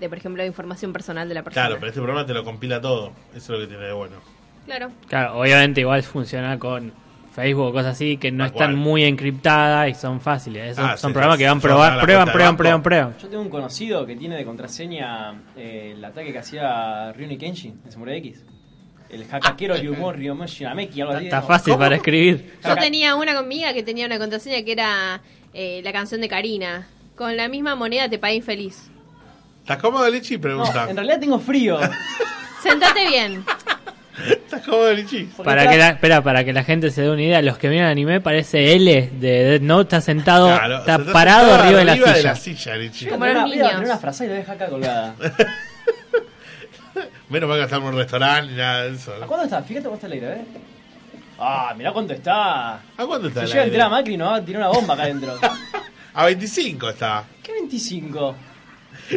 Speaker 11: de, por ejemplo, información personal de la persona.
Speaker 10: Claro, pero este programa te lo compila todo. Eso es lo que tiene de bueno.
Speaker 11: Claro.
Speaker 12: Claro, obviamente igual funciona con Facebook o cosas así que no
Speaker 10: Tal cual.
Speaker 12: están muy encriptadas y son fáciles. Esos
Speaker 10: Ah,
Speaker 12: son
Speaker 10: sí,
Speaker 12: programas
Speaker 10: sí,
Speaker 12: que van a
Speaker 10: sí, son a
Speaker 12: probar,
Speaker 10: la
Speaker 12: prueban,
Speaker 10: cuenta de
Speaker 12: prueban,
Speaker 10: banco.
Speaker 12: prueban, prueban.
Speaker 4: Yo tengo un conocido que tiene de contraseña eh, el ataque que hacía Ryuni Kenshin en Samurai X. El hackaquero Ryumon Ryomoshi Nameki, algo así.
Speaker 12: Está
Speaker 4: ¿no?
Speaker 12: fácil para escribir.
Speaker 11: Yo tenía una conmigo que tenía una contraseña que era eh, la canción de Karina. Con la misma moneda te pagué infeliz.
Speaker 10: ¿Estás cómodo, Lichi?
Speaker 4: No,
Speaker 10: Pregunta.
Speaker 4: en realidad tengo frío.
Speaker 11: Sentate bien.
Speaker 10: ¿Estás cómodo, Lichi?
Speaker 12: Para que la, espera, para que la gente se dé una idea, los que miran anime parece L de Dead Note, está sentado,
Speaker 10: Claro,
Speaker 12: está
Speaker 10: sentado
Speaker 12: parado arriba, de la
Speaker 10: arriba
Speaker 12: silla.
Speaker 10: de la silla, Lichi.
Speaker 4: Como
Speaker 11: Como los
Speaker 4: una, voy a
Speaker 11: niños.
Speaker 4: tener una frase y la deja acá colgada.
Speaker 10: Menos mal que estamos en un restaurante ni nada de eso.
Speaker 4: ¿A cuánto está? Fíjate cuánto está el aire, ¿eh? Ah, mirá cuánto está.
Speaker 10: ¿A cuánto está
Speaker 4: Se
Speaker 10: el
Speaker 4: llega a
Speaker 10: aire?
Speaker 4: entrar a Macri y nos va a tirar una bomba acá adentro.
Speaker 10: A 25 está.
Speaker 4: ¿Qué 25?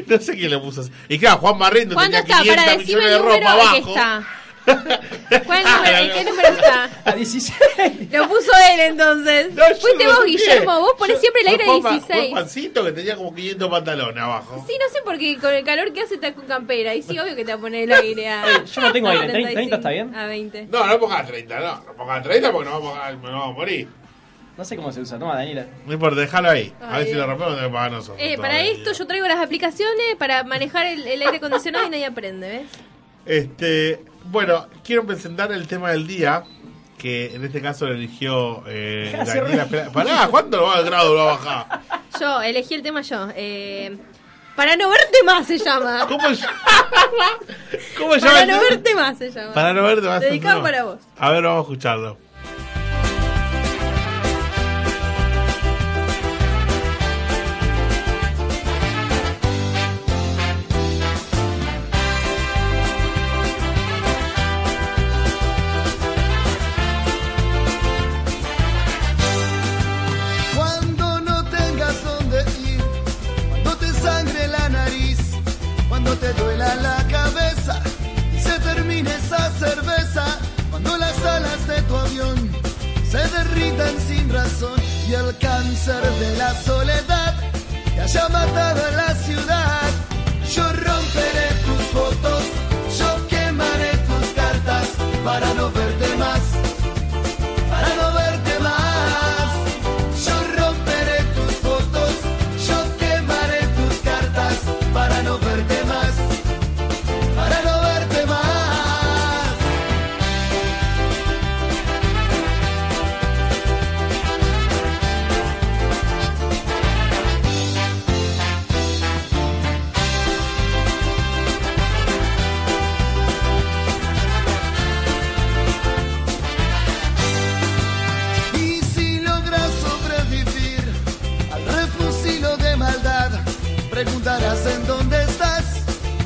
Speaker 10: No sé quién le puso así. Y claro, Juan Barriento
Speaker 11: ¿Cuánto
Speaker 10: tenía
Speaker 11: está?
Speaker 10: 500
Speaker 11: Para
Speaker 10: millones
Speaker 11: decirme
Speaker 10: de
Speaker 11: el número
Speaker 10: ropa
Speaker 11: de que
Speaker 10: abajo.
Speaker 11: está. ¿Cuál número, ¿En qué número está?
Speaker 4: A 16.
Speaker 11: Lo puso él entonces.
Speaker 10: No, yo
Speaker 11: Fuiste
Speaker 10: no
Speaker 11: vos,
Speaker 10: sé.
Speaker 11: Guillermo. Vos ponés
Speaker 10: Yo-
Speaker 11: siempre el
Speaker 10: fue
Speaker 11: aire
Speaker 10: Juan Pa-
Speaker 11: 16.
Speaker 10: Fue Juancito que tenía como 500 pantalones abajo.
Speaker 11: Sí, no sé por qué con el calor que hace estás con campera. Y sí, obvio que te va a poner el aire a.
Speaker 4: Yo no tengo aire. 30,
Speaker 11: 35,
Speaker 4: está bien.
Speaker 11: A 20.
Speaker 10: No, no pongas 30, no. No pongas 30 porque nos vamos a, nos vamos a morir.
Speaker 4: No sé cómo se usa. Toma, Daniela.
Speaker 10: No importa, déjalo ahí. A
Speaker 11: Ay,
Speaker 10: ver si lo
Speaker 11: Dios.
Speaker 10: rompemos, tenemos que pagar nosotros.
Speaker 11: Eh, para
Speaker 10: todavía.
Speaker 11: esto yo traigo las aplicaciones para manejar el, el aire acondicionado y nadie aprende, ¿ves?
Speaker 10: Este, bueno, quiero presentar el tema del día, que en este caso lo eligió eh,
Speaker 4: Dejá de hacer
Speaker 10: Daniela
Speaker 4: ruido.
Speaker 10: Pela- Pará, ¿cuánto lo va el grado lo va a bajar?
Speaker 11: Yo elegí el tema yo. Eh, para no verte más se llama.
Speaker 10: ¿Cómo, ¿Cómo se llama
Speaker 11: Para
Speaker 10: el
Speaker 11: no
Speaker 10: tema?
Speaker 11: verte más se llama.
Speaker 10: Para no verte más.
Speaker 11: Dedicado
Speaker 10: no.
Speaker 11: para vos.
Speaker 10: A ver, vamos a escucharlo.
Speaker 7: Cuando no tengas dónde ir, cuando te sangre la nariz, cuando te duela la cabeza y se termine esa cerveza, cuando las alas de tu avión se derritan sin razón y el cáncer de la soledad te haya matado en la ciudad, yo romperé tus fotos, yo quemaré tus cartas para no verte más. Preguntarás en dónde estás,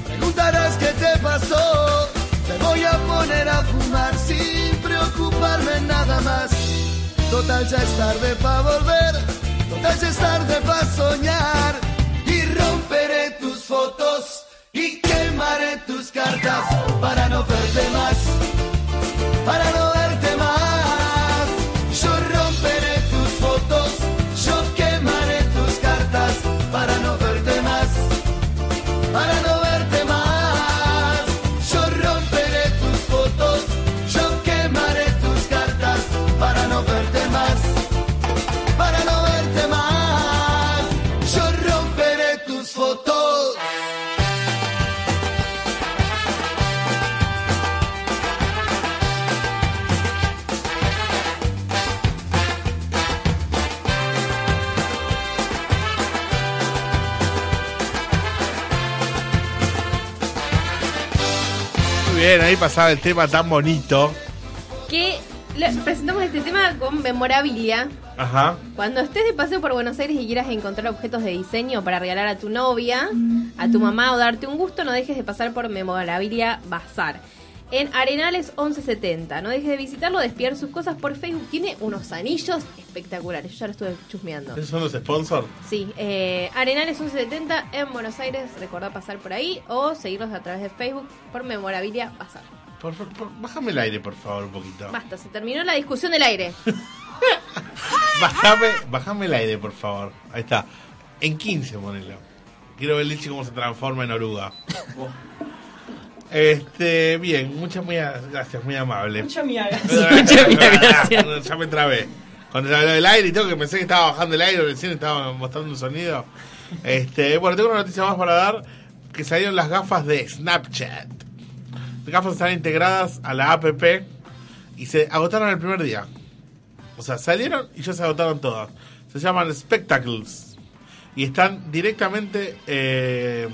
Speaker 7: preguntarás qué te pasó. Te voy a poner a fumar sin preocuparme nada más. Total ya es tarde para volver, total ya es tarde para soñar. Y romperé tus fotos y quemaré tus cartas para no verte más, para no verte más. Yo romperé tus fotos, yo quemaré tus cartas para no verte más, para no verte más. Yo romperé tus fotos, yo quemaré tus cartas para no verte más, para no verte más. Yo romperé tus fotos.
Speaker 10: Muy bien, ahí pasaba el tema tan bonito.
Speaker 11: Que lo- presentamos este tema con memorabilia.
Speaker 10: Ajá.
Speaker 11: Cuando estés de paseo por Buenos Aires y quieras encontrar objetos de diseño para regalar a tu novia, a tu mamá o darte un gusto, no dejes de pasar por Memorabilia Bazar. En Arenales 1170. No dejes de visitarlo, de espiar sus cosas por Facebook. Tiene unos anillos espectaculares. Yo ya lo estuve chusmeando.
Speaker 10: ¿Esos son los sponsors?
Speaker 11: Sí, eh, Arenales 1170 en Buenos Aires. Recordá pasar por ahí o seguirlos a través de Facebook por Memorabilia Bazar.
Speaker 10: Por fa- por- bájame el aire, por favor, un poquito.
Speaker 11: Basta, se terminó la discusión del aire.
Speaker 10: Bájame, bájame el aire, por favor. Ahí está. En 15, ponelo. Quiero ver Lichi cómo se transforma en oruga. Este, bien, muchas muy a- gracias, muy amable.
Speaker 4: Muchas muy
Speaker 10: gracias. Ya me trabé. Cuando se habló del aire y todo, que pensé que estaba bajando el aire, recién estaba mostrando un sonido. Este, bueno, tengo una noticia más para dar, que salieron las gafas de Snapchat. Las gafas están integradas a la app y se agotaron el primer día. O sea, salieron y ya se agotaron todas. Se llaman Spectacles. Y están directamente eh,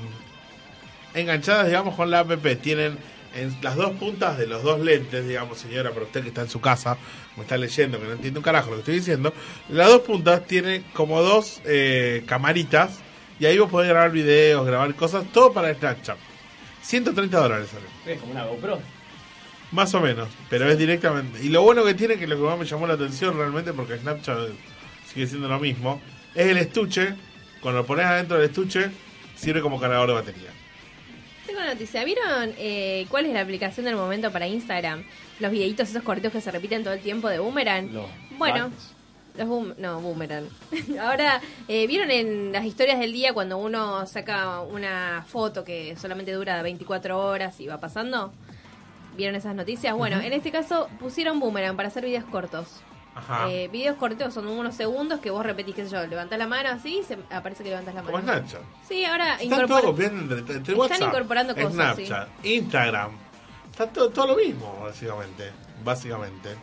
Speaker 10: enganchadas, digamos, con la app. Tienen en las dos puntas de los dos lentes, digamos, señora, para usted que está en su casa, me está leyendo, que no entiende un carajo lo que estoy diciendo. Las dos puntas tienen como dos eh, camaritas. Y ahí vos podés grabar videos, grabar cosas, todo para Snapchat. 130 dólares sale.
Speaker 4: Es como una GoPro.
Speaker 10: Más o menos, pero es directamente. Y lo bueno que tiene, que lo que más me llamó la atención realmente, porque Snapchat sigue siendo lo mismo, es el estuche. Cuando lo pones adentro del estuche, sirve como cargador de batería.
Speaker 11: Tengo una noticia. ¿Vieron eh, cuál es la aplicación del momento para Instagram? Los videitos, esos cortitos que se repiten todo el tiempo de Boomerang. bueno, los boom, no, Boomerang. Ahora, eh, ¿vieron en las historias del día cuando uno saca una foto que solamente dura 24 horas y va pasando? ¿Vieron esas noticias? Bueno,
Speaker 14: Ujú.
Speaker 11: en este caso pusieron Boomerang para hacer videos cortos.
Speaker 10: Ajá.
Speaker 11: Eh, videos cortos son unos segundos que vos repetís, qué sé yo, levantás la mano así y se, aparece que levantas la mano.
Speaker 10: Como Snapchat.
Speaker 11: Sí, ahora
Speaker 10: Están todos
Speaker 11: incorpora-
Speaker 10: copiando entre, entre
Speaker 11: Están
Speaker 10: WhatsApp,
Speaker 11: incorporando cosas,
Speaker 10: Snapchat, Instagram. Está todo, todo lo mismo, básicamente. Básicamente.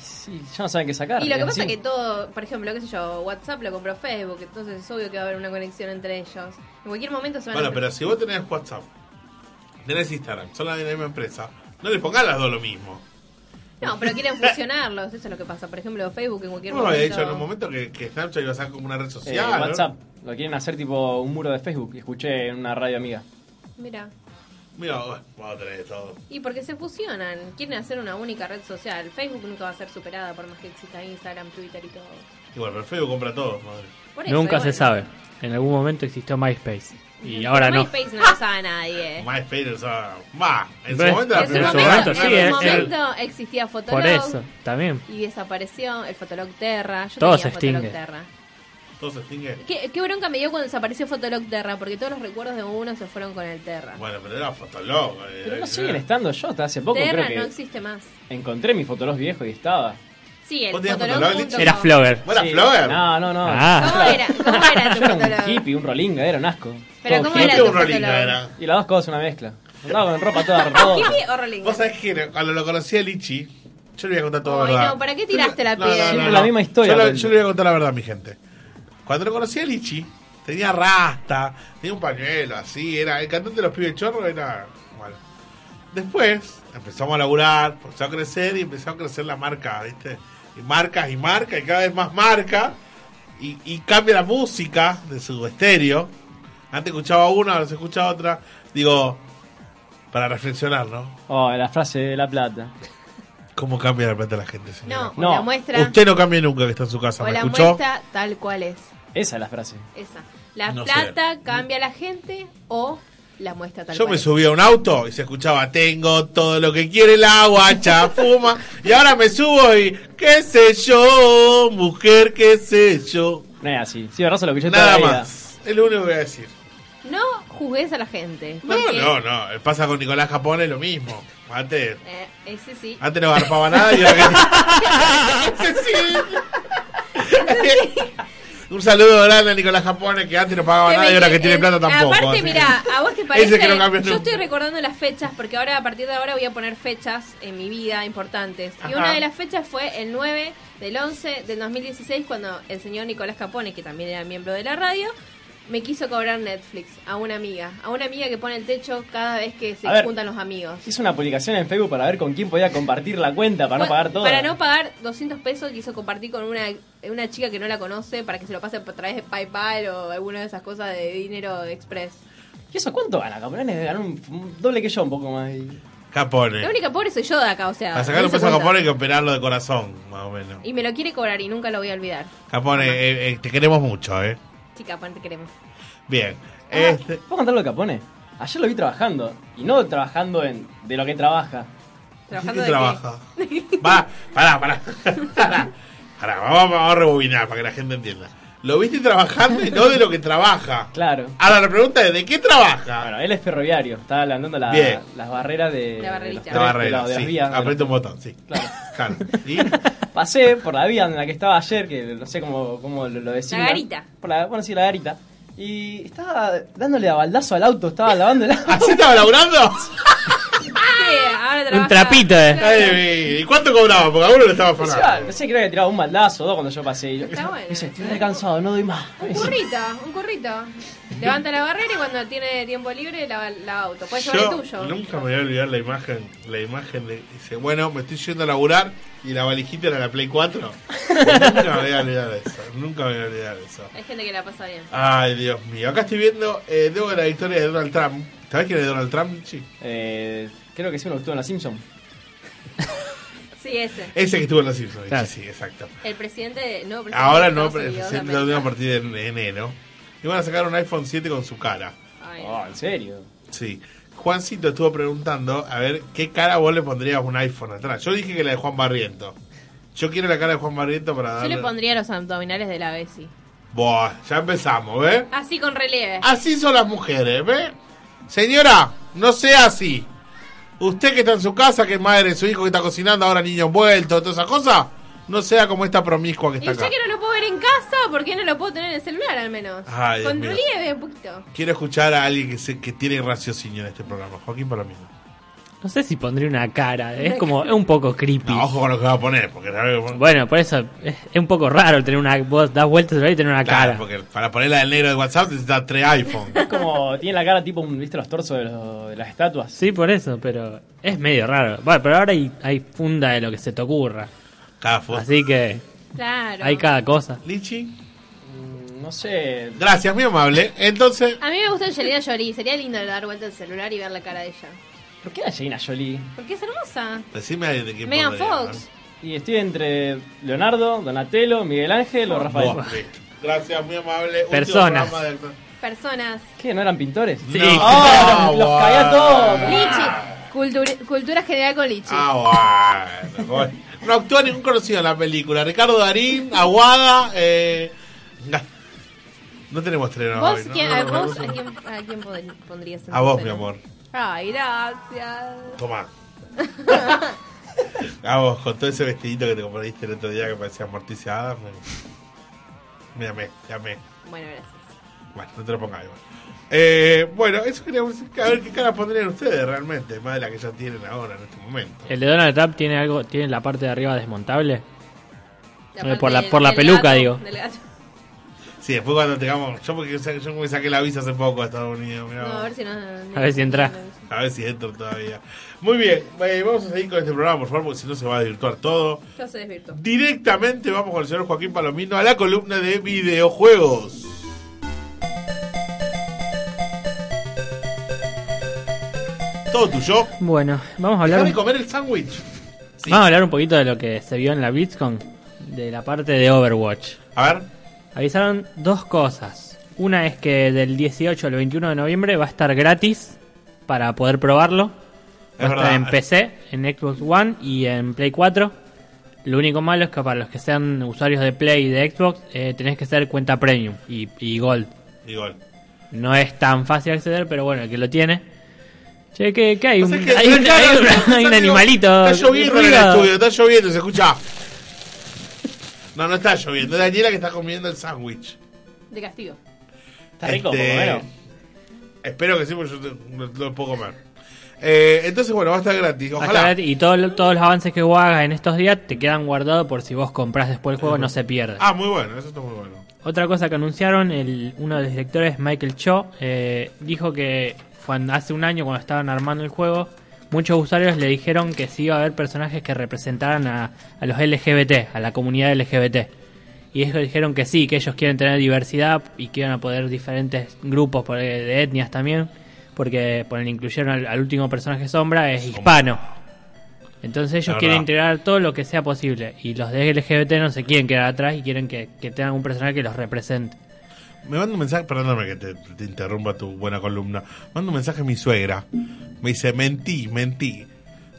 Speaker 4: Sí, ya no saben qué sacar.
Speaker 11: Y lo que
Speaker 4: digamos,
Speaker 11: pasa es
Speaker 4: sí.
Speaker 11: que todo, por ejemplo, qué sé yo, WhatsApp lo compró Facebook, entonces es obvio que va a haber una conexión entre ellos. En cualquier momento se van
Speaker 10: Bueno,
Speaker 11: a...
Speaker 10: pero si vos tenés WhatsApp, tenés Instagram, son la de la misma empresa, no le pongas las dos lo mismo.
Speaker 11: No, pero quieren fusionarlos, eso es lo que pasa. Por ejemplo, Facebook en cualquier
Speaker 10: No lo había
Speaker 11: momento...
Speaker 10: dicho en un momento que, que Snapchat iba a ser como una red
Speaker 4: Eh,
Speaker 10: social. ¿no?
Speaker 4: WhatsApp. Lo quieren hacer tipo un muro de Facebook. Escuché en una radio amiga.
Speaker 12: Ah.
Speaker 11: Mira,
Speaker 10: Mira, bueno, vamos a tener todo.
Speaker 11: y porque se fusionan, quieren hacer una única red social. Facebook nunca va a ser superada por más que exista Instagram, Twitter y todo.
Speaker 10: Igual, pero Facebook compra todo, madre.
Speaker 11: Por eso,
Speaker 12: Nunca
Speaker 11: y
Speaker 12: se
Speaker 11: bueno.
Speaker 12: sabe. En algún momento existió MySpace. Y
Speaker 11: Pero
Speaker 12: ahora no.
Speaker 11: MySpace no lo sabe nadie.
Speaker 10: MySpace, o sea, va, en su
Speaker 12: Ve,
Speaker 10: momento era
Speaker 12: en su
Speaker 10: primera
Speaker 12: momento,
Speaker 10: semana.
Speaker 12: sí,
Speaker 11: en
Speaker 12: eh,
Speaker 11: un
Speaker 12: el-
Speaker 11: momento existía Fotolog
Speaker 12: Por eso, también.
Speaker 11: y desapareció el Fotolog Terra. Yo
Speaker 12: Todo
Speaker 11: tenía
Speaker 12: se
Speaker 11: Fotolog
Speaker 12: extingue.
Speaker 11: Terra.
Speaker 10: Todo se extingue.
Speaker 11: ¿Qué, qué bronca me dio cuando desapareció Fotolog Terra, porque todos los recuerdos de uno se fueron con el Terra.
Speaker 10: Bueno, pero era Fotolog. eh,
Speaker 4: Pero
Speaker 10: era-
Speaker 4: no siguen estando yo. Hasta hace poco
Speaker 11: Terra
Speaker 4: creo que
Speaker 11: no existe más.
Speaker 4: encontré mi Fotolog viejo y estaba.
Speaker 11: Sí, el
Speaker 10: ¿Vos tenías
Speaker 11: Fotolog.
Speaker 10: Fotolog,
Speaker 11: punto
Speaker 10: Lichi?
Speaker 11: com.
Speaker 12: Era Flogger.
Speaker 10: ¿Vos eras Flogger?
Speaker 4: No, no, no.
Speaker 12: Ah.
Speaker 11: ¿Cómo era? ¿Cómo era tu
Speaker 4: Yo era un
Speaker 11: Fotolog?
Speaker 4: hippie, un rolinga, era un asco.
Speaker 11: Pero
Speaker 4: Todo
Speaker 11: ¿cómo
Speaker 4: hippie.
Speaker 11: era tu Un rolinga Fotolog?
Speaker 10: era.
Speaker 4: Y las dos cosas, una mezcla. Andaba con ropa toda rota.
Speaker 11: ¿Hippie o Rolling?
Speaker 10: Vos sabés que cuando lo conocí a Lichi, yo le voy a contar toda
Speaker 11: Ay,
Speaker 10: la verdad.
Speaker 11: no, ¿para qué tiraste la
Speaker 10: No, no,
Speaker 11: piedra?
Speaker 10: no, no.
Speaker 4: la misma historia,
Speaker 10: Yo, la-
Speaker 4: Pablo.
Speaker 10: yo le voy a contar la verdad, mi gente. Cuando lo conocí a Lichi, tenía rasta, tenía un pañuelo, así, era el cantante de los pibes chorros, era. Bueno. Después empezamos a laburar, empezó a crecer y empezó a crecer la marca, ¿viste? Y marcas y marcas, y cada vez más marca. Y, y cambia la música de su estéreo. Antes escuchaba una, ahora se escucha otra. Digo, para reflexionar, ¿no?
Speaker 4: Oh, la frase de la plata.
Speaker 10: ¿Cómo cambia la plata la gente, señora?
Speaker 11: No, o No. la muestra-
Speaker 10: Usted no cambia nunca que está en su casa,
Speaker 11: O
Speaker 10: ¿me
Speaker 11: la
Speaker 10: escuchó?
Speaker 11: muestra tal cual es.
Speaker 4: Esa es la frase.
Speaker 11: Esa. La
Speaker 10: No sé.
Speaker 11: plata cambia a la gente o la muestra tal
Speaker 10: Yo
Speaker 11: cual
Speaker 10: me
Speaker 11: es.
Speaker 10: subí a un auto y se escuchaba, tengo todo lo que quiere la guacha, fuma. Y ahora me subo y, qué sé yo, mujer, qué sé yo.
Speaker 4: No es así. Sí, verdad, lo que yo
Speaker 10: Nada
Speaker 4: toda la vida.
Speaker 10: más. Es lo único que voy a decir.
Speaker 11: No juzgues a la gente.
Speaker 10: No,
Speaker 11: porque,
Speaker 10: no, no. Pasa con Nicolás Japón es lo mismo. Antes,
Speaker 11: eh, ese sí.
Speaker 10: antes no garpaba nada y ahora ese que- Un saludo grande a Nicolás Japón que antes no pagaba nada y ahora que tiene plata tampoco. así
Speaker 11: Em, este, eh, Aparte,
Speaker 10: que-
Speaker 11: mira, a vos te
Speaker 10: Ese
Speaker 11: parece.
Speaker 10: que no cambia
Speaker 11: yo
Speaker 10: nunca.
Speaker 11: estoy recordando las fechas porque ahora a partir de ahora voy a poner fechas en mi vida importantes. Y
Speaker 14: Ajá.
Speaker 11: una de las fechas fue el 9 del 11 del 2016 cuando el señor Nicolás Capone, que también era miembro de la radio, me quiso cobrar Netflix a una amiga, a una amiga que pone el techo cada vez que se
Speaker 4: A ver.
Speaker 11: juntan los amigos.
Speaker 4: Hice una publicación en Facebook para ver con quién podía compartir la cuenta para no pagar todo.
Speaker 11: Para no pagar 200 pesos quiso compartir con una, una chica que no la conoce para que se lo pase por- a través de PayPal o alguna de esas cosas de dinero express.
Speaker 4: ¿Y eso cuánto gana? Campeones ganan un, un doble que yo un poco más. y-
Speaker 10: Capone.
Speaker 11: La única pobre soy yo de acá, o sea.
Speaker 10: Para sacar un
Speaker 11: dense
Speaker 10: peso a
Speaker 11: cuenta.
Speaker 10: Capone hay que operarlo de corazón, más o menos.
Speaker 11: Y me lo quiere cobrar y nunca lo voy a olvidar.
Speaker 10: Capone, eh, eh, te queremos mucho, ¿eh?
Speaker 11: Chica, Capone, te queremos.
Speaker 10: Bien.
Speaker 11: Ah,
Speaker 4: ¿Puedo contar lo de Capone? Ayer lo vi trabajando. Y no trabajando en de lo que trabaja.
Speaker 11: ¿Trabajando
Speaker 10: Este, ¿Qué
Speaker 11: de
Speaker 10: trabaja? Va, pará, pará. Pará, Pará, vamos, vamos a rebobinar para que la gente entienda. Lo viste trabajando y no de lo que trabaja.
Speaker 4: Claro.
Speaker 10: Ahora la pregunta es, ¿de qué trabaja?
Speaker 4: Bueno, él es ferroviario. Está levantando la-
Speaker 10: Bien.
Speaker 4: las barreras de,
Speaker 11: La
Speaker 4: de los
Speaker 11: barrerita.
Speaker 4: trenes,
Speaker 10: La barrera,
Speaker 4: de la- de
Speaker 10: sí.
Speaker 4: las vías. de los-
Speaker 10: Aprieta un botón, sí. Claro. ¿Y?
Speaker 4: Pasé por la vía en la que estaba ayer, que no sé cómo, cómo lo, lo decimos.
Speaker 11: La garita.
Speaker 4: Por la, bueno, sí, la garita. Y estaba dándole a baldazo al auto, estaba lavando el auto. ¿Así
Speaker 10: estaba laburando?
Speaker 11: Sí, ahora trabaja.
Speaker 12: eh.
Speaker 10: Ay, ¿Y cuánto cobraba? Porque a uno le estaba
Speaker 4: O
Speaker 10: afanando.
Speaker 4: sea, no sé, creo que tiraba un baldazo o dos cuando yo pasé. Y yo,
Speaker 11: Está bueno.
Speaker 4: Me dice, estoy re cansado, no doy más.
Speaker 11: Un currito, un currito. Levanta la barrera y cuando tiene tiempo libre la, la auto.
Speaker 4: pues
Speaker 11: Puedes llevar el
Speaker 10: Yo
Speaker 11: tuyo.
Speaker 10: nunca me voy a olvidar la imagen, la imagen de dice, bueno, me estoy yendo a laburar y la valijita era la Play 4. nunca me voy a olvidar de eso, nunca me voy a olvidar de eso.
Speaker 11: Hay gente que la pasa bien.
Speaker 10: Ay, Dios mío. Acá estoy viendo, eh, debo la victoria de Donald Trump. ¿Sabés quién es Donald Trump? Sí.
Speaker 4: Eh, creo que sí, uno que estuvo en la Simpson.
Speaker 11: Sí, ese.
Speaker 10: Ese que estuvo en los Simpsons. Sí, sí, exacto.
Speaker 11: El presidente. de- No, presidente
Speaker 10: Ahora
Speaker 11: de
Speaker 10: no,
Speaker 11: Estados
Speaker 10: pero
Speaker 11: Unidos
Speaker 10: se
Speaker 11: también.
Speaker 10: lo dieron a partir de enero. Y van a sacar un iPhone 7 con su cara.
Speaker 11: Ay,
Speaker 4: no. Oh, ¿en serio?
Speaker 10: Sí. Juancito estuvo preguntando, a ver, ¿qué cara vos le pondrías a un iPhone atrás? Yo dije que la de Juan Barriento. Yo quiero la cara de Juan Barriento para
Speaker 11: Yo
Speaker 10: darle...
Speaker 11: le pondría los abdominales de la Bessie.
Speaker 10: Buah, ya empezamos, ¿ves?
Speaker 11: Así con relieve.
Speaker 10: Así son las mujeres, ¿ves? Señora, no sea así. Usted que está en su casa, que es madre de su hijo que está cocinando, ahora niño envuelto, todas esas cosas, no sea como esta promiscua que
Speaker 11: Y
Speaker 10: está acá.
Speaker 11: ya que no lo puedo ver en casa, ¿por qué no lo puedo tener en el celular al menos?
Speaker 10: Ay, Dios
Speaker 11: con
Speaker 10: mío.
Speaker 11: relieve, un poquito.
Speaker 10: Quiero escuchar a alguien que, se- que tiene raciocinio en este programa. Joaquín Palomino.
Speaker 12: No sé si pondría una cara, ¿eh? es
Speaker 10: Una
Speaker 12: como
Speaker 10: cara.
Speaker 12: es un poco creepy.
Speaker 10: ojo con lo que va a poner, porque Claro,
Speaker 12: Bueno, por eso es, es un poco raro tener una. Vos das vueltas sobre ahí y tener una cara.
Speaker 10: porque para ponerla del negro de WhatsApp necesitas tres iPhones.
Speaker 4: Es como, tiene la cara tipo, un- ¿viste los torsos de, los- de las estatuas?
Speaker 12: Sí, por eso, pero es medio raro. Bueno, pero ahora hay, hay funda de lo que se te ocurra. Así que
Speaker 11: Claro.
Speaker 12: hay cada cosa.
Speaker 10: ¿Lichi?
Speaker 4: No sé.
Speaker 10: Gracias, muy amable. Entonces,
Speaker 11: A mí me gusta Angelina Jolie. Sería lindo dar vuelta al celular y ver la cara de ella.
Speaker 4: ¿por qué Angelina Jolie?
Speaker 11: Porque es hermosa.
Speaker 10: decime a alguien de quién
Speaker 11: Megan
Speaker 10: pondría,
Speaker 11: Fox.
Speaker 4: Y estoy entre Leonardo, Donatello, Miguel Ángel o Rafael.
Speaker 10: Buah, listo. Gracias, muy amable. Último
Speaker 4: Personas.
Speaker 10: programa de actor-
Speaker 11: Personas.
Speaker 4: ¿Qué? ¿No eran pintores?
Speaker 10: Sí.
Speaker 4: ¡Oh,
Speaker 10: No,
Speaker 4: los,
Speaker 10: guau.
Speaker 4: los cagué a todos!
Speaker 11: Lichi. Cultura, cultura general con Lichi.
Speaker 10: Ah, bueno. bueno. No actúa ningún conocido en la película. Ricardo Darín, Aguada. Eh... nah. No tenemos estreno
Speaker 11: ¿Vos,
Speaker 10: hoy, ¿no?
Speaker 11: quién-
Speaker 10: No,
Speaker 11: a,
Speaker 10: no, no,
Speaker 11: vos
Speaker 10: no.
Speaker 11: a quién, a quién pod- pondrías en
Speaker 10: A
Speaker 11: tu
Speaker 10: vos,
Speaker 11: celu?
Speaker 10: mi amor.
Speaker 11: Ay, gracias.
Speaker 10: Tomá. A vos, con todo ese vestidito que te compraste el otro día que parecía Morticia Adams. Me, me amé, te amé.
Speaker 11: Bueno, gracias.
Speaker 10: Bueno, no te lo pongas igual. Eh, bueno, eso queríamos decir, a ver qué cara pondrían ustedes realmente, más de la que ya tienen ahora en este momento.
Speaker 12: El de Donald Trump tiene algo, tiene la parte de arriba desmontable. Eh,
Speaker 11: parte
Speaker 12: por la,
Speaker 11: del-
Speaker 12: por la
Speaker 11: del
Speaker 12: peluca,
Speaker 11: gato,
Speaker 12: digo.
Speaker 11: del gato.
Speaker 10: Sí, después cuando tengamos. Yo porque sa- yo me saqué la visa hace poco a Estados Unidos. mirá
Speaker 11: No, a
Speaker 10: vos.
Speaker 11: ver si no.
Speaker 12: A ver si entra.
Speaker 10: A ver si entro todavía. Muy bien, eh, vamos a seguir con este programa, por favor, porque si no se va a desvirtuar todo.
Speaker 11: Ya se desvirtó.
Speaker 10: Directamente vamos con el señor Joaquín Palomino a la columna de videojuegos. todo tuyo.
Speaker 12: Bueno, vamos a hablar.
Speaker 10: Déjame
Speaker 12: un-
Speaker 10: comer el sándwich.
Speaker 12: Vamos a hablar un poquito de lo que se vio en la BlitzCon, de la parte de Overwatch.
Speaker 10: A ver.
Speaker 12: Avisaron dos cosas. Una es que del 18 al 21 de noviembre va a estar gratis para poder probarlo. Va
Speaker 10: Es
Speaker 12: a estar
Speaker 10: verdad.
Speaker 12: en PC, en Xbox One y en Play 4. Lo único malo es que para los que sean usuarios de Play y de Xbox eh, tenés que ser cuenta Premium y, y Gold.
Speaker 10: Igual.
Speaker 12: No es tan fácil acceder, pero bueno, el que lo tiene. Che, ¿qué, qué hay? Un,
Speaker 10: Pasa que-
Speaker 12: hay un-
Speaker 10: claro,
Speaker 12: hay un-
Speaker 10: está-
Speaker 12: hay un animalito.
Speaker 10: Está lloviendo en el
Speaker 12: ruido.
Speaker 10: estudio, está lloviendo, se escucha. No, no está lloviendo. Es Daniela que está comiendo el sándwich.
Speaker 11: De castigo.
Speaker 10: Está
Speaker 4: rico, por lo menos.
Speaker 10: Espero que sí, porque yo te- no no lo puedo comer. Eh, entonces, bueno, va a estar gratis. Ojalá.
Speaker 12: Acá, Y todo lo- todos los avances que vos hagas en estos días te quedan guardados por si vos comprás después el juego, no se pierde.
Speaker 10: Ah, muy bueno, eso está muy bueno.
Speaker 12: Otra cosa que anunciaron, el, uno de los directores, Michael Cho, eh, dijo que cuando, hace un año cuando estaban armando el juego, muchos usuarios le dijeron que sí iba a haber personajes que representaran a, a los LGBT, a la comunidad LGBT. Y ellos dijeron que sí, que ellos quieren tener diversidad y que iban a poder diferentes grupos por- eh, de etnias también, porque por ejemplo, incluyeron al, al último personaje sombra, es hispano. Entonces ellos
Speaker 4: La
Speaker 12: quieren
Speaker 4: verdad.
Speaker 12: integrar todo lo que sea posible. Y los de LGBT no se quieren quedar atrás y quieren que, que tengan un personaje que los represente.
Speaker 10: Me manda un mensaje, perdóname que te, te interrumpa tu buena columna. Manda un mensaje a mi suegra. Me dice, mentí, mentí.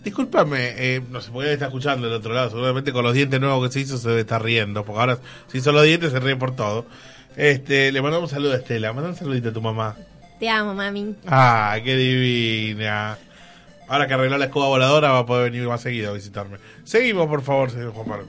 Speaker 10: Discúlpame, eh, no sé, porque está escuchando del otro lado. Seguramente con los dientes nuevos que se hizo se debe estar riendo. Porque ahora, si hizo los dientes, se ríe por todo. Este, le mandamos un saludo a Estela. Manda un saludito a tu mamá.
Speaker 11: Te amo, mami.
Speaker 10: Ah, qué divina. Ahora que arregló la escoba voladora, va a poder venir más seguido a visitarme. Seguimos, por favor, señor Juan Pablo.